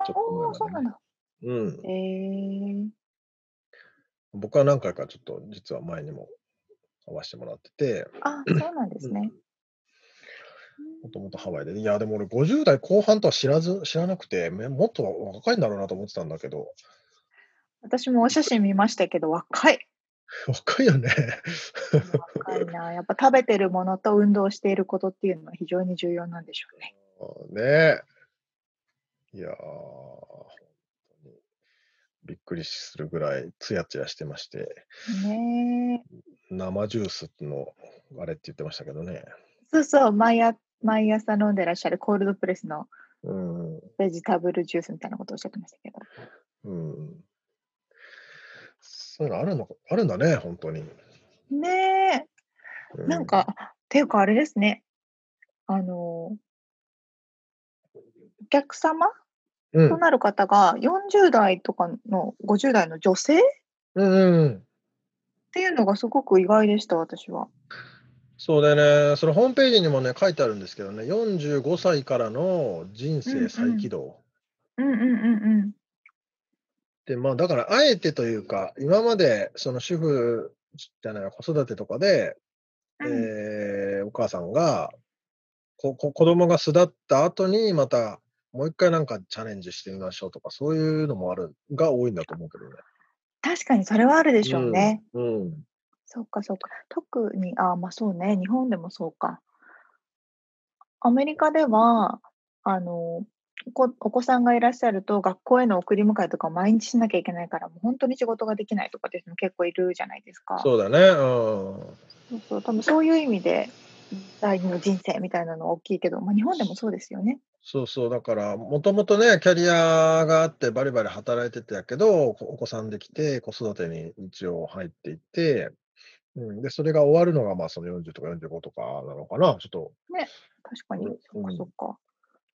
あ
ちょっと前
おーそう
ま
な
で
ん
ね。
だ。
うん
え。ー、
僕は何回かちょっと実は前にも会わせてもらってて、
あ、そうなんですね。
もともとハワイで、いや、でも俺50代後半とは知らず、知らなくて、めもっと若いんだろうなと思ってたんだけど、
私もお写真見ましたけど、若い。
若いよね。
若い な。やっぱ食べてるものと運動していることっていうのは非常に重要なんでしょうね。
ねえ。いやー、本当にびっくりするぐらいツヤツヤしてまして、
ねえ。
生ジュースのあれって言ってましたけどね。
そうそう、毎朝毎朝飲んでらっしゃるコールドプレスの
うん。
ベジタブルジュースみたいなことをおっしゃってましたけど。
うん。そういうのあるのか、あるんだね、本当に。
ねえ。
う
なんか、っていうかあれですね。あの、お客様
うん、
となる方が40代とかの50代の女性っ
うんうん。
ていうのがすごく意外でした、私は。
そうだよね、それホームページにもね、書いてあるんですけどね、45歳からの人生再起動。
うんうんうんうん。
で、まあ、だから、あえてというか、今まで、その主婦じゃない、子育てとかで、
うん
えーお母さんがここ、子供が巣立った後に、また、もう一回なんかチャレンジしてみましょうとか、そういうのもある、が多いんだと思うけどね。
確かにそれはあるでしょうね。
うん。うん。
そっかそっか。特に、あまあそうね、日本でもそうか。アメリカでは、あの、こお子さんがいらっしゃると学校への送り迎えとか毎日しなきゃいけないからもう本当に仕事ができないとかっていう人も結構いるじゃないですか。
そうだね。うん。
そうそう多分そういう意味で第二の人生みたいなのは大きいけど、まあ、日本でもそうですよね。
そうそう、だから、もともとね、キャリアがあって、バリバリ働いてたけど、おお子さんできて、子育てに一応入っていって、うん、で、それが終わるのが、まあ、その40とか45とかなのかな、ちょっと。
確かに、
うん
そっかそっか。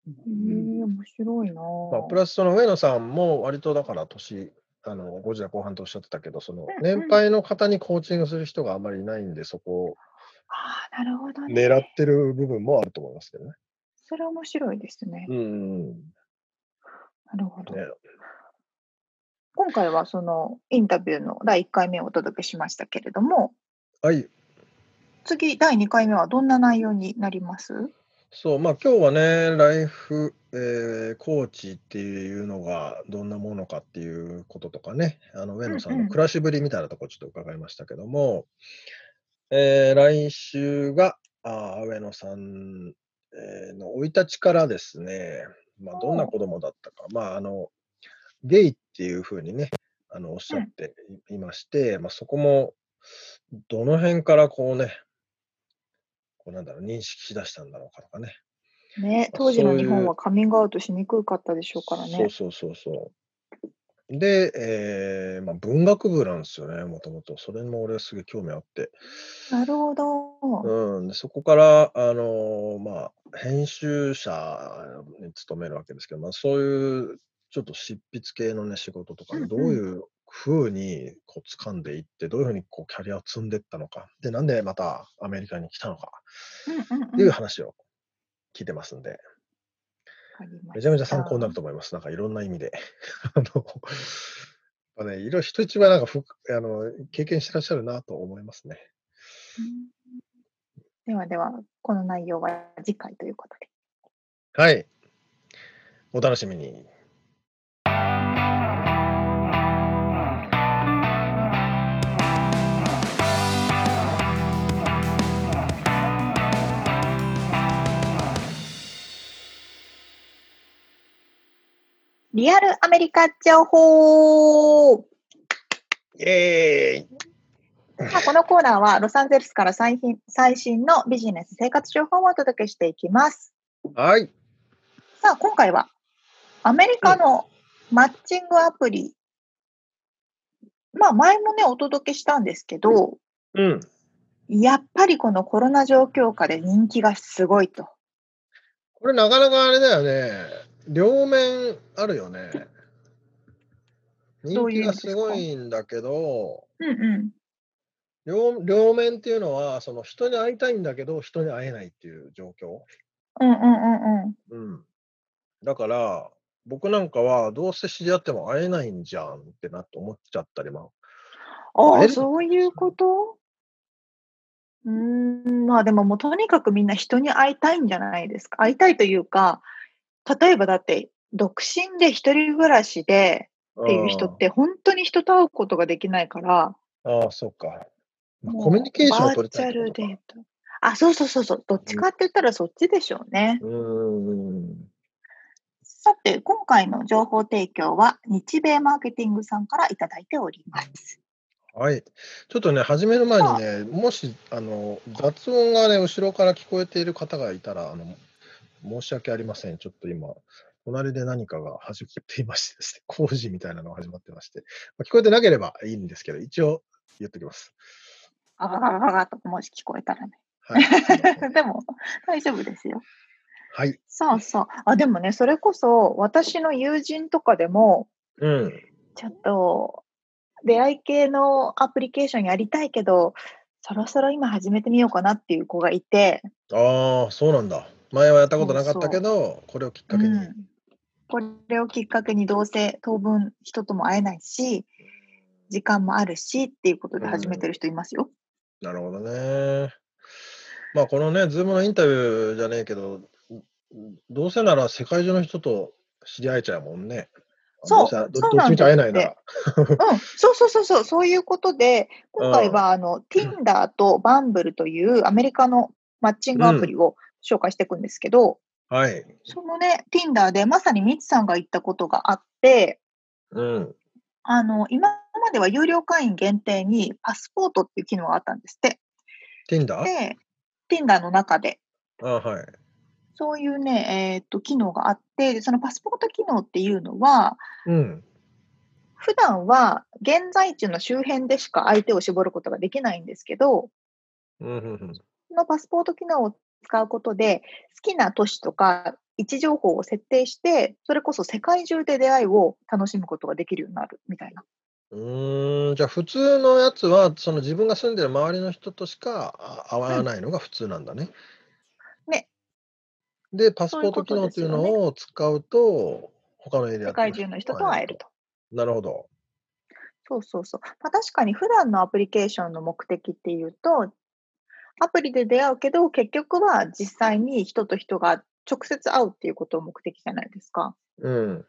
へえ
ん
面白いな
まあ、
ぁ。
プラス、その上野さんも、割とだから、年、あの、50代後半とおっしゃってたけど、その、
うんうん
年配の方にコーチングする人があまりいないんで、そこを
ああ、なるほどね。
狙ってる部分もあると思いますけどね。
それ面白いですね。
うん、うん。
なるほど。
ね
今回はそのインタビューの第1回目をお届けしましたけれども、
はい。
次、第2回目はどんな内容になります
そう、まあ今日はね、ライフ、えーコーチっていうのがどんなものかっていうこととかね、あの上野さん
うんう
の
ん
暮らしぶりみたいなところちょっと伺いましたけども、えー来週があー上野さんえーの生い立ちからですね、まあ、どんな
おう
子供だったか、まああの、ゲイっていうふうにね、あのおっしゃっていいまして、まあ、そこもどの辺からこうね、こうなんだろう、認識しだしたんだろうかとかね。
ね、
あ
当時の
そうい
日
う
本はカミングアウトしにくかったでしょうから
そ
ね
う。そうそうそう。で、えーまあ、文学部なんですよね、もともと。それも俺はすげえ興味あって。
なるほど。
うん、でそこから、あのーまあ、編集者に勤めるわけですけど、まあ、そういうちょっと執筆系の、ね、仕事とか
うんう
で、
ん
どういうふうにこう掴んでいって、どういうふうにこうキャリアを積んでいったのか、で、なんでまたアメリカに来たのか
うんうん。
っていううん
わ
話を聞いてますんで、
かりま
め
し
ちゃめちゃ参考になると思います。なんかいろんな意味で。 あのまあね、いろいろ人一倍なんかふあの経験してらっしゃるなと思いますね。
たうんではでは、この内容は次回ということで。
はい。お楽しみに。
リアルアメリカ情報
イエーイ
さあこのコーナーはロサンゼルスから最新最新のビジネス生活情報をお届けしていきます。
はい。
さあ、今回はアメリカのマッチングアプリ。まあ、前もね、お届けしたんですけど、
うん。
やっぱりこのコロナ状況下で人気がすごいと。
これなかなかあれだよね。両面あるよね。
ど
人
ういう意
気
味
が
ですか
すごいんだけど、
うんうん。
両両面っていうのは、その人に会いたいんだけど、人に会えないっていう状況。
うんうんうんうん。
うん。だから、僕なんかは、どうせ知り合っても会えないんじゃんってなって思っちゃったりも。
あ
会え
あ、
る
そういうことうーん、まあでももうとにかくみんな人に会いたいんじゃないですか。会いたいというか、例えばだって、独身で一人暮らしでっていう人って、本当に人と会うことができないから、
あーあー、そうか。まあ、
もう
コミュニケーションを取りたい
バ
っ
ーチ
て
ャ
こ
ル
と
デー
か
ト。あ、そうそうそうそう。どっちかって言ったらそっちでしょうね。
うーん。
さて、今回の情報提供は日米マーケティングさんからいただいております。
はい。ちょっとね、始める前にね、もし、あの、雑音がね、後ろから聞こえている方がいたら、あの、申し訳ありません。ちょっと今、隣で何かが始まっていましてですね、 工事みたいなのが始まってまして、まあ、聞こえてなければいいんですけど、一応言っときます。
あがががががともし聞こえたらね。
はい。すいません
でも、大丈夫ですよ。
はい。
そうそう。あ、でもね、それこそ私の友人とかでも、
うん。
ちょっと出会い系のアプリケーションやりたいけど、そろそろ今始めてみようかなっていう子がいて、
ああ、そうなんだ。前はやったことなかったけど、これをきっかけに。
うん、これをきっかけにどうせ当分人とも会えないし時間もあるしっていうことで始めてる人います よ。
なるほどね。まあ、このね、ズームのインタビューじゃねえけど、どうせなら世界中の人と知り合えちゃうもんね。
そう
どせど
そう
どっ
な
ち
ん
み
です
ち会えないなら。
うん、そうそうそうそうそういうことで今回はあの Tinder と Bumble というアメリカのマッチングアプリを紹介していくんですけど、
はい。
そのね Tinder でまさにミツさんが言ったことがあって
うん。
あの今までは有料会員限定にパスポートっていう機能があったんですって。
Tinder?
で Tinder の中で
あはい。
そういうね、えーっと、機能があって、でそのパスポート機能っていうのは、
うん。
普段は現在地の周辺でしか相手を絞ることができないんですけど、
うんうんうん
このパスポート機能を使うことで、好きな都市とか位置情報を設定して、それこそ世界中で出会いを楽しむことができるようになるみたいな。
うーんじゃあ普通のやつはその自分が住んでる周りの人としかあ会わないのが普通なんだね。
ね。
でパス
そうい
ポ
う
ート
こ
機
と
能
で
って
す
いう
よね
のを使うと他のエリア
世界中の人と会えると。
なるほど。
そうそうそう。まあ、確かに普段のアプリケーションの目的っていうと、アプリで出会うけど、結局は実際に人と人が直接会うっていうことを目的じゃないですか。
うん。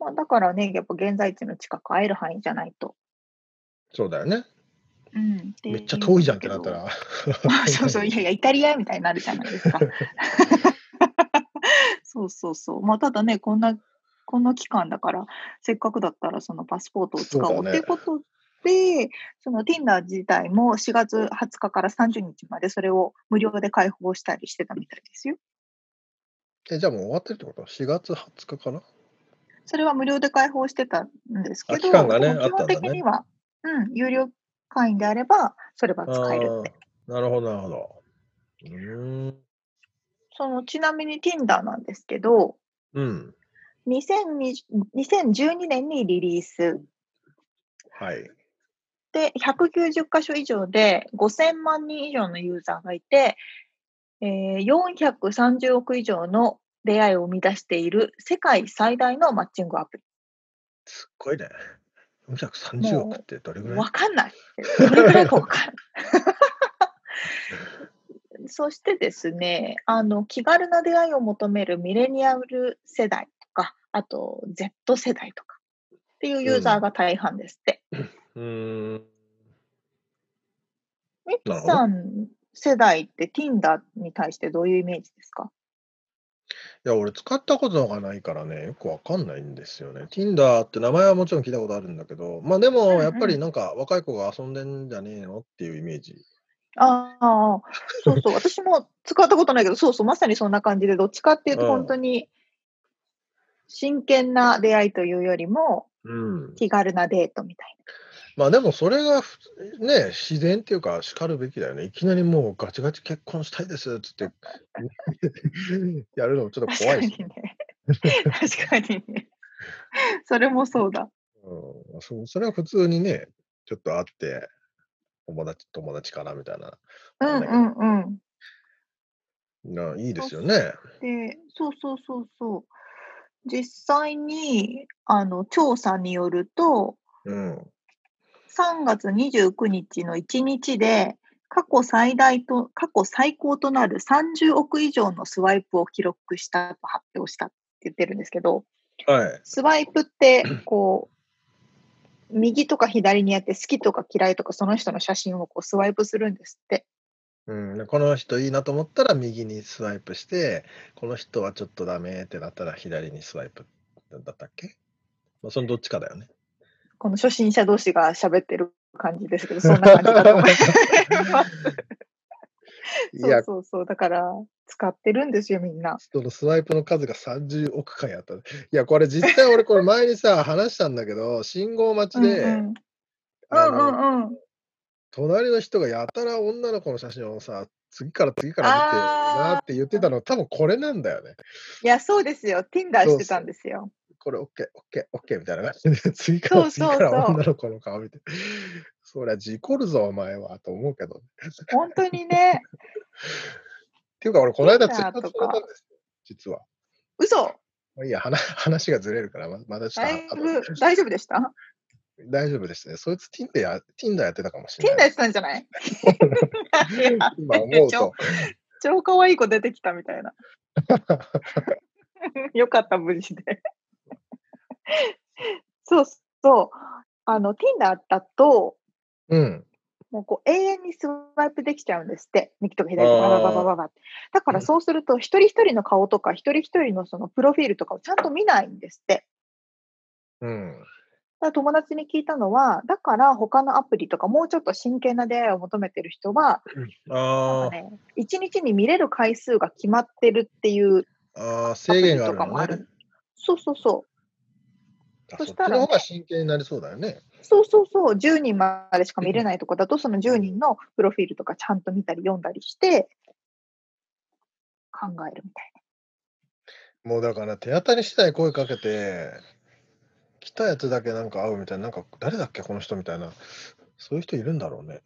まあ、だからね、やっぱ現在地の近く会える範囲じゃないと。
そうだよね。
うん、
めっちゃ遠いじゃんってなったら。
ら。 そうそう、いやいや、イタリアみたいになるじゃないです か。そうそうそう。まあ、ただね、こんな、こんな期間だから、せっかくだったらそのパスポートを使
そう
お
だ
うっ
ね
ていうことで、その Tinder 自体も4月20日から30日までそれを無料で開放したりしてたみたいですよ。
えじゃあもう終わってるってこと ?4 月20日かな
それは無料で開放してたんですけ
あ
ど、
期間がね
基本的には、うん、有料会員であれば、それが使えるって。
あーなるほど、なるほど。うーん。
そのちなみに Tinder なんですけど、
うん。
2020 2012年にリリース
はい。
で、190カ所以上で5000万人以上のユーザーがいて、えー430億以上の出会いを生み出している世界最大のマッチングアプ
すっごいね。430億ってどれ
リ。
ぐらい
わかんない。どれくらいかわかんない。 そしてですね、あの、気軽な出会いを求めるミレニアル世代とか、あと Z 世代とかっていうユーザーが大半ですって。
うーん。
ミ
な
ッ
るほど
さん世代って Tinder に対してどういうイメージですか
いや、俺使ったことがないからね、よくわかんないんですよね。Tinder って名前はもちろん聞いたことあるんだけど、まあで
うんう
も
ん
やっぱりなんか若い子が遊んでんじゃねえのっていうイメージ。
ああ、そうそう、私も使ったことないけど、そうそう、まさにそんな感じで、どっちかっていう
う
と、
ん
本当に真剣な出会いというよりも、
うん。
気軽なデートみたい
まあでもそれがふね、自然っていうか、しかるべきだよね。いきなりもうガチガチ結婚したいですっつって、 やるのもちょっ
な。確
と怖
か
い
に
し、
ね。確かにね。それもそうだ。
うんそ。それは普通にね、ちょっと会って、友達、友達かなみたいな。
う
な
ん
んだけ
う
ど
んうん。
ないいですよね。
で、そうそうそうそう。実際に、あの、調査によると、
うん。
3月29日の1日で、過去最大と、過去最高となる30億以上のスワイプを記録したと発表したって言ってるんですけど、
はい。
スワイプ って、こう、右とか左にやって好きとか嫌いとかその人の写真をこうスワイプするんですって。
うん、でこの人いいなと思ったら右にスワイプして、この人はちょっとダメってなったら左にスワイプだったっけまあ、そのどっちかだよね。
この初心者同士が喋ってる感じですけど、そんな感じだと思います。
い
そ
や
う、そうそう。だから、使ってるんですよ、みんな。
そのスワイプの数が30億回あった。いや、これ実際俺これ前 にさ、話したんだけど、信号待ち
うんう
で、
ん。
あ
う
の
んうんうん。
隣の人がやたら女の子の写真をさ、次から次から見て
あー
なって言ってたの、多分これなんだよね。
いや、そうですよ。Tinder
そう
してたんですよ。
これ OK、OK、OK みたいな感じで、次から次か
そうそう
ら
そう
女の子の顔見て、そりゃ事故るぞ、お前は、と思うけど。っ
本当にね。
ていうか、俺、この間ツイ
そ
ー
うだ
ト
と
さ
か
れたんですよ、実は。
嘘
まあ、いいや、話 話がずれるから、ままだちょっ
だ
と
い
後で
ぶ大丈夫でした
大丈夫ですね。そいつ Tinder や Tinder やってたかもしれ
?Tinder
な
や
い。
ってたんじゃない
今思う
超
と。
超可愛い子出てきたみたいな。よかった、無事で。そうそう。あの、Tinder だと、
うん。
もうこう永遠にスワイプできちゃうんですって。右とか左とかバババババババって。だからそうすると、一人一人の顔とか、一人一人のそのプロフィールとかをちゃんと見ないんですって。
うん。
だから友達に聞いたのは、だから他のアプリとか、もうちょっと真剣な出会いを求めてる人は、な
あ
んかね、1日に見れる回数が決まってるっていう
ーあー、
アプ
制限
リ
があ
と
る
かも
の
あ
ね
る。。そうそうそ
あ
そ
そっ
し
ち
たらね
の方が真剣になりそうだよね。
う。そうそうそう。10人までしか見れないとこだと、その10人のプロフィールとかちゃんと見たり読んだりして、考えるみたい
もうだから、手当たり次第声かけて、来たやつだけなんか会うみたいな、なんか誰だっけ、この人みたいな、そういう人いるんだろうね。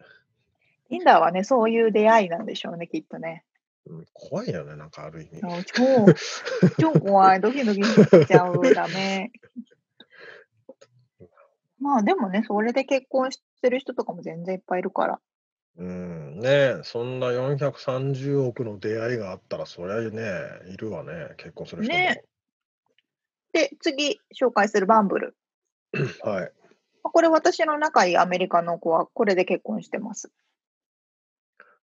な。Tinder はね、そういう出会いなんでしょうね、きっとね。
うん、怖いよね、なんかある意味。
もう超、超怖い。ドキドキしちゃう。ダ メ。まあでもね、それで結婚してる人とかも全然いっぱいいるから。
うん、ねえそんな430億の出会いがあったら、そりゃね、いるわね、結婚する人も。
ねで、次、紹介するバンブル。
はい。
これ私の仲いいアメリカの子はこれで結婚してます。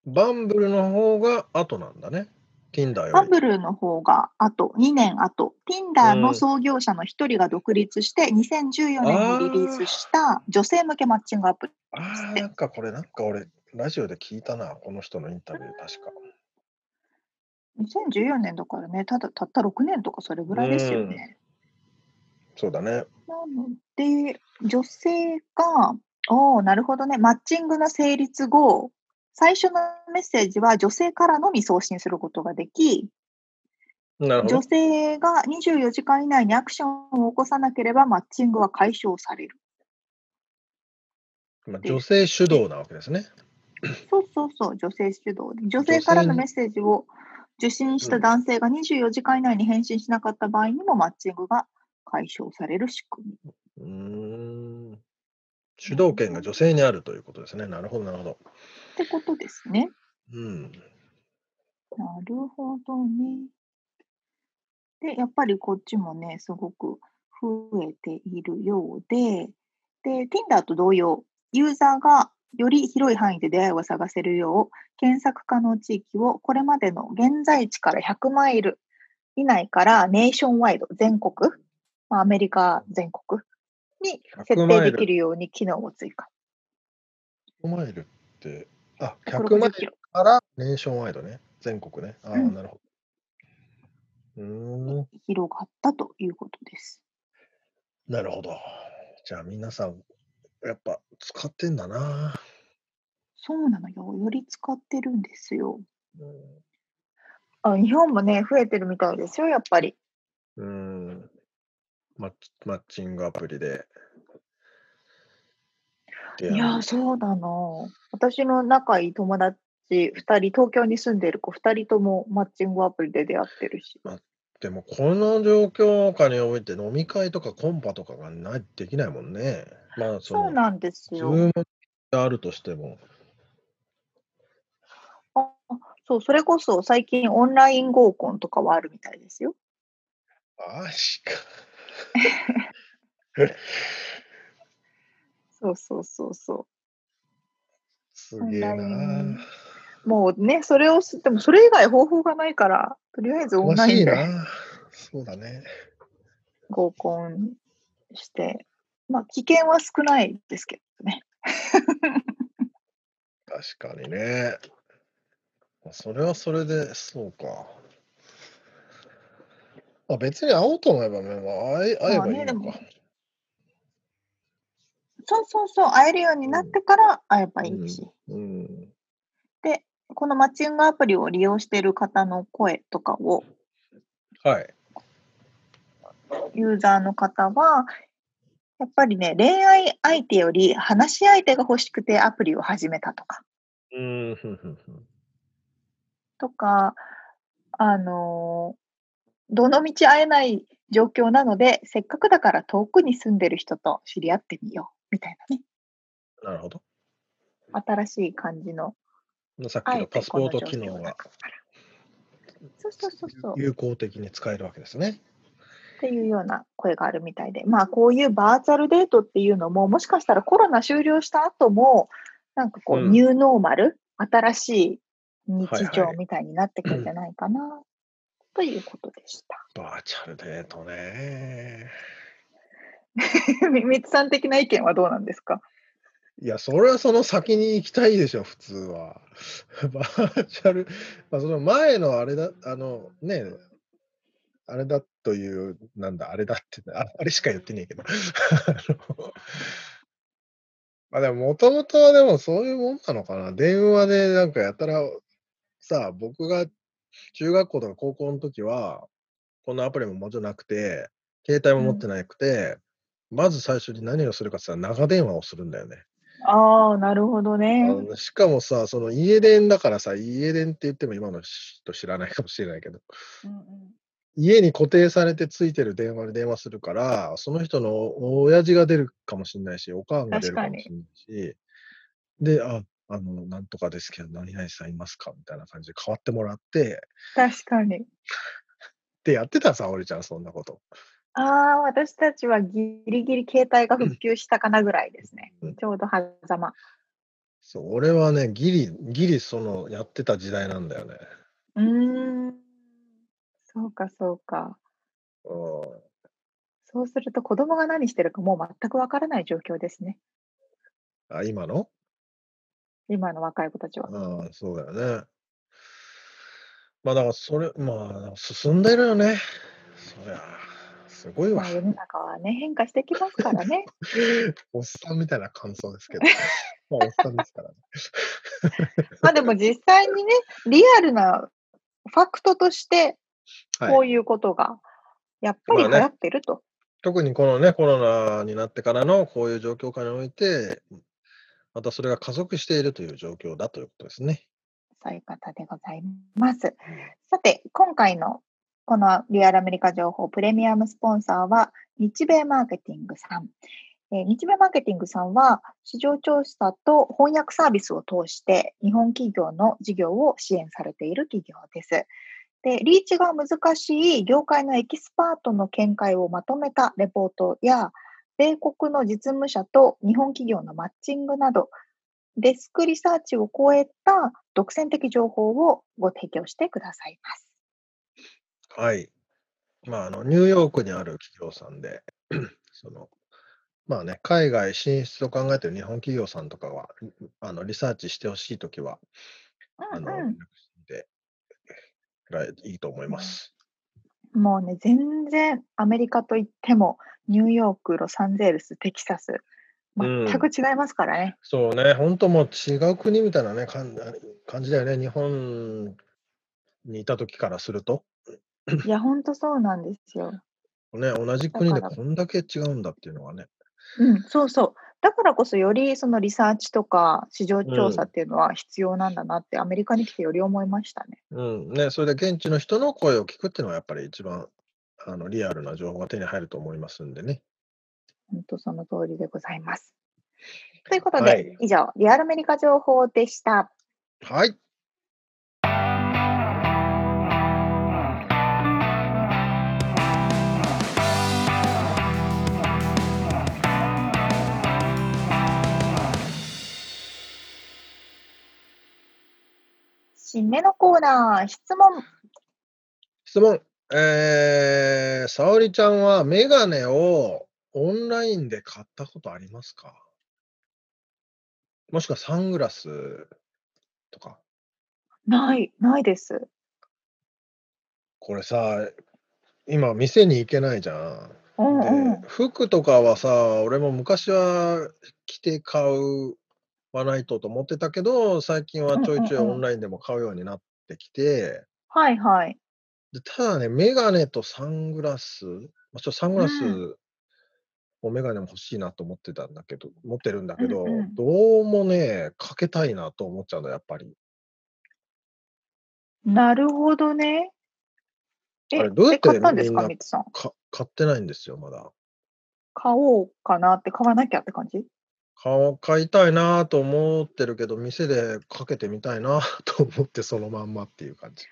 バンブルの方が後なんだね、Tinder
バ
より。
ブルの方があと2年後、Tinder
う
の
ん
創業者の一人が独立して2014
あ
年
ー
にリリースした女性向けマッチングアプリ。
ああ、なんかこれ、なんか俺、ラジオで聞いたな、この人のインタビュー、確か。
2014年だからね、ただたった6年とかそれぐらいですよね。
そうだね。
なので、女性が、おお、なるほどね、マッチングの成立後、最初のメッセージは女性からのみ送信することができ、
なるほど
女。性が24時間以内にアクションを起こさなければマッチングは解消される。
まあ、女性主導なわけですね。
そうそうそう、女性主導で。女性からのメッセージを受信した男性が24時間以内に返信しなかった場合にもマッチングが解消される仕組み。
うーん。主導権が女性にあるということですね。なるほど、なるほど。
ってことですね。
うん。
なるほどね。で、やっぱりこっちもね、すごく増えているようで、で、Tinder と同様、ユーザーがより広い範囲で出会いを探せるよう、検索可能地域をこれまでの現在地から100マイル以内からネーションワイド、全国、まあアメリカ全国に設
100マイ
定
ル
できるように機能を追加。
100マイルって、あ、100マイ
160
ル
キロ。
からネーションワイドね。全国ね。ああ、
うん
なるほど。うーん。
広がったということです。
なるほど。じゃあ皆さん、やっぱ使ってんだな。
そうなのよ。より使ってるんですよ。
うん
あ日本もね、増えてるみたいですよ、やっぱり。
うん。マッチマッチングアプリで。出
い
会う
や、そうなの。私の仲いい友達2人、東京に住んでる子2人ともマッチングアプリで出会ってるし。
でも、この状況下において飲み会とかコンパとかがないできないもんね。まあ、そ
そう
の、
なんです
ズ
よ。
ームがあるとしても。
あそう、それこそ最近オンライン合コンとかはあるみたいですよ。
マジか。
そうそうそうそ
すげえ
オンライン
な。
う。もうね、それをす、でもそれ以外方法がないから、とりあえずオンラ
詳し
イ
い
ンで
な。そうだね。
合コンして、まあ、危険は少ないですけどね。
確かにね。それはそれで、そうか。あ別に会おうと思えば、ね、まあ会え会えばいい
まあねで
の
も
か。
そうそうそう、会えるようになってから会えばいいし。
うん。
で、このマッチングアプリを利用している方の声とかを、
はい。
ユーザーの方は、やっぱりね、恋愛相手より話し相手が欲しくてアプリを始めたとか、
うん。ふんふんふん
とか、あのーどの道会えない状況なので、せっかくだから遠くに住んでる人と知り合ってみよう、みたいなね、
なるほど。
新しい感じの、
さっ
あ
きの
え
パ
て
ス
こ
ポー
の
ト
状
機
況
能
の
が
中から。そうそうそうそう。
有効的に使えるわけですね。
っていうような声があるみたいで、まあ、こういうバーチャルデートっていうのも、もしかしたらコロナ終了した後も、なんかこう、
うん
ニューノーマル、新しい日
は
常
いはい
みたいになってくるんじゃないかな、ということでした。
バーチャルデートね。
みみつさん的な意見はどうなんですか
いや、それはその先に行きたいでしょ、普通は。 バーチャル、まあ、その前のあれだ、あの、ね、あれだという、なんだ、あれだって、ああれしか言ってねえけど。あ のまあでも、もともとはでもそういうもんなのかな。電話でなんかやたら、さあ、僕が中学校とか高校の時は、このアプリももちろんなくて、携帯も持ってなくて、まず最初に何をするかって言ったら長電話をするんだよね。
ああ、なるほど
あ
ね。
のしかもさ、その家電だからさ、家電って言っても今の人知らないかもしれないけど、
うんうん
家に固定されてついてる電話で電話するから、その人の親父が出るかもしれないし、おかんが出るかもしれないし、で、あ、あの、なんとかですけど、何々さんいますかみたいな感じで変わってもらって、
確かに。
で、やってたさ、おりちゃん、そんなこと。
ああ、私たちはギリギリ携帯が復旧したかなぐらいですね。
うん
ちょうど狭間。
そう、俺はね、ギリ、ギリその、やってた時代なんだよね。
うーん。そうか、そうか。
うん。
そうすると子供が何してるかもう全くわからない状況ですね。
あ、今の
今の若い子たちは。
ああ、そうだよね。まあだからそれ、まあ進んでるよね。そりゃ、すごいわ
まあ、。世の中はね、変化してきますから ね。
おっさんみたいな感想ですけ ど。まあ、おっさんですからね。
まあでも実際にね、リアルなファクトとして、こ
は
う
い。
いうことが、やっぱり流
まあ
行
ね
ってると。
特にこのね、コロナになってからのこういう状況下において、またそれが加速しているという状況だということですね。
そういう方でございます。さて、今回のこのリアルアメリカ情報プレミアムスポンサーは、日米マーケティングさん。えー日米マーケティングさんは、市場調査と翻訳サービスを通して、日本企業の事業を支援されている企業です。で、リーチが難しい業界のエキスパートの見解をまとめたレポートや、米国の実務者と日本企業のマッチングなど、デスクリサーチを超えた独占的情報をご提供してくださいます。
はい。まあ、あの、ニューヨークにある企業さんで、 その、まあね、海外進出を考えている日本企業さんとかは、あの、リサーチしてほしいときは、あの、
うん
連絡してらいいと思います。
うん、もうね、全然アメリカといっても、ニューヨーク、ロサンゼルス、テキサス、
うん
全く違いますからね。
そうね、本当もう違う国みたいなね、感感じだよね。日本にいた時からすると、
いや、ほんとそうなんですよ。
ね、同じ国で
だから
こんだけ違うんだっていうのはね。
うん、そうそう。だからこそ、よりそのリサーチとか市場調査
う
っ
ん
ていうのは必要なんだなって、アメリカに来てより思いましたね。
うん、ね、それで現地の人の声を聞くっていうのはやっぱり一番あのリアルな情報が手に入ると思いますんでね。
本当その通りでございます。ということで、
はい
以上、リアルアメリカ情報でした。
はい。
締めのコーナー、質問。
質問。えー、沙織ちゃんはメガネをオンラインで買ったことありますかもしくはサングラスとか。
ない、ないです。
これさ、今店に行けないじゃん。
うん
で
うん。
服とかはさ、俺も昔は着て買うはないとと思ってたけど、最近はちょいちょ
う
い
んうんうん
オンラインでも買うようになってきて、
はいはい。
でただね、メガネとサングラス、まあ、ちょっとサングラス
うん
もメガネも欲しいなと思ってたんだけど、持ってるんだけど、
うんうん
どうもね、かけたいなと思っちゃうの、やっぱり。
なるほどね。え、
あれどうやって
で買ったんですか、
みんな
みつさん。
か買ってないんですよ、まだ。
買おうかなって、買わなきゃって感じ
顔買いたいなと思ってるけど、店でかけてみたいなと思って、そのまんまっていう感じ。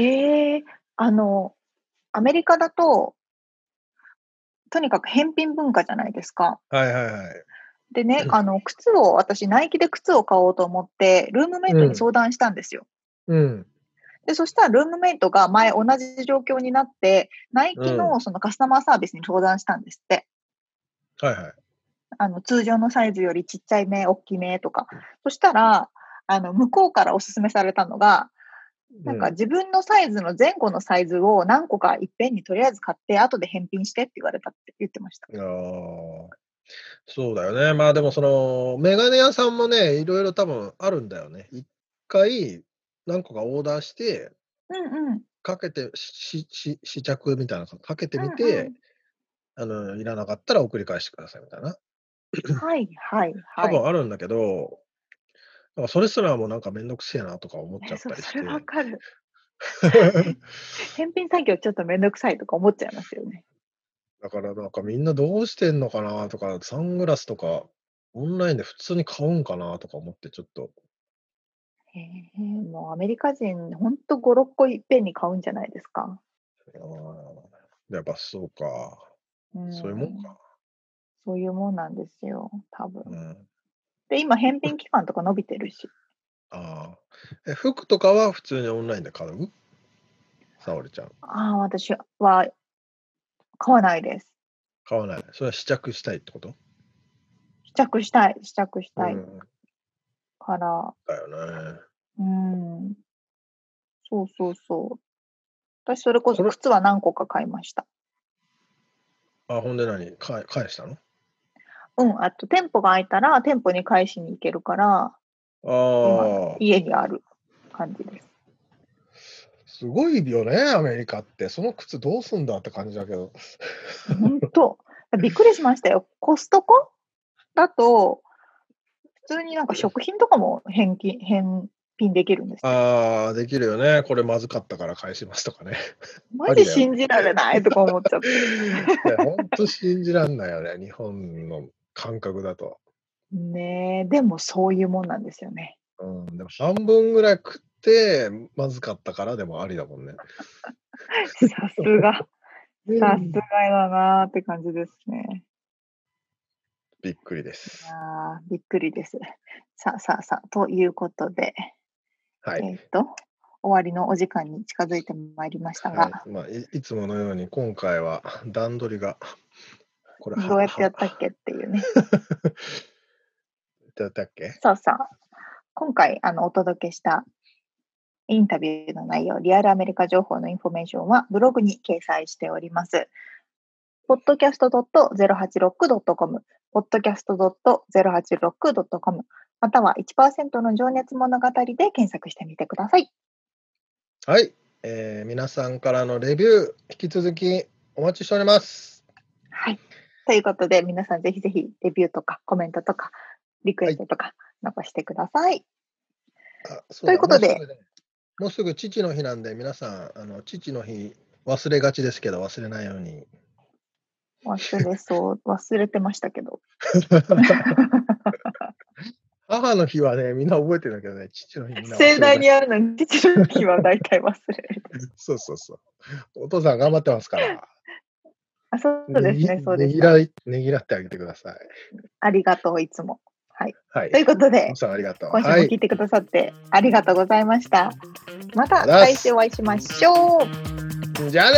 ええあの、アメリカだと、とにかく返品文化じゃないですか。
はいはいはい。
でね、あの、靴を、私、ナイキで靴を買おうと思って、ルームメイト
うん
に相談したんですよ。
うん。
で、そしたらルームメイトが前同じ状況になって、ナイキ
う
のそのカスタマーサービスに相談したんですって。
はいはい。
あの通常のサイズよりちっちゃい目、大きめとか。そしたら、あの向こうからおすすめされたのが、なんか
うん
自分のサイズの前後のサイズを何個かいっぺんにとりあえず買って、後で返品してって言われたって言ってました。
あーそうだよね。まあでもそのメガネ屋さんもね、いろいろ多分あるんだよね。一回何個かオーダーして、
うんうん。
かけて、しし試着みたいなのかけてみ
うん
て、あの、いらなかったら送り返してくださいみたいな。
うんはいはい
多
はい。
分あるんだけど、なんかそれすらもなんかめんどくせえなとか思っちゃ
え
った
そう
りし
そ
て。
れわかる。返品作業ちょっとめんどくさいとか思っちゃいますよね。
だからなんかみんなどうしてんのかなとか、サングラスとか、オンラインで普通に買うんかなとか思ってちょっと。
へえもうアメリカ人、ほんと5、6個いっぺんに買うんじゃないですか。
あーやっぱそうか。
うん、
そういうもんか。
そういうもんなんですよ、多分。
うん。
で、今、返品期間とか伸びてるし、
ああ。え、服とかは普通にオンラインで買う沙織ちゃん。
ああ、私は買わないです。
買わない。それは試着したいってこと
試着したい、試着したい
うん
から、
だよね。
うん、そうそうそう。私、それこそ
これ
靴は何個か買いました。
あ、ほんで何か返したの
うん、あと店舗が空いたら店舗に返しに行けるから、
ああ、
家にある感じです。
すごいよね、アメリカって。その靴どうすんだって感じだけど。
本当びっくりしましたよ。コストコだと、普通になんか食品とかも返金、返品できるんですよ。
ああ、できるよね。これまずかったから返しますとかね。
マジ信じられないとか思っちゃって。
本当信じらんないよね、日本の感覚だと。
ねえ、でもそういうもんなんですよね。
うん、でも半分ぐらい食って、まずかったからでもありだもんね。
さすが、さすがだなーって感じですね。
びっくりです。
あーびっくりです。さあさあさあ、ということで、
はい。
えっ、と、終わりのお時間に近づいてまいりましたが、
はいまあ、いいつものように今回は段取りがこれは
どうやってやったっ
は
けっていうね。
どうやったっけ
そうそう。今回あのお届けしたインタビューの内容、リアルアメリカ情報のインフォメーションはブログに掲載しております。podcast.086.com、podcast.086.com、または1%の情熱物語で検索してみてください。
はい、えー皆さんからのレビュー引き続きお待ちしております。
はい。ということで、皆さんぜひぜひレビューとかコメントとかリクエストとか残してください。
あそだ
ということで
もうすぐねもうすぐ父の日なんで皆さんあの父の日忘れがちですけど忘れないように
忘れそう、忘れてましたけど。
母の日はねみんな覚えてるんだけどね父の日みんな忘れ
盛大にやるのに、父の日は大体忘れる。
そうそうそうお父さん頑張ってますから
あ、そうですね、そうです
ねぎ
ね。
らいねぎらってあげてください
ありがとう、いつも。
はい
ということで
皆、さんありがとう
今週も
はい
聞いてくださってありがとうございました。また
ありがとうござい
来
ます
週お会いしましょう。
じゃあね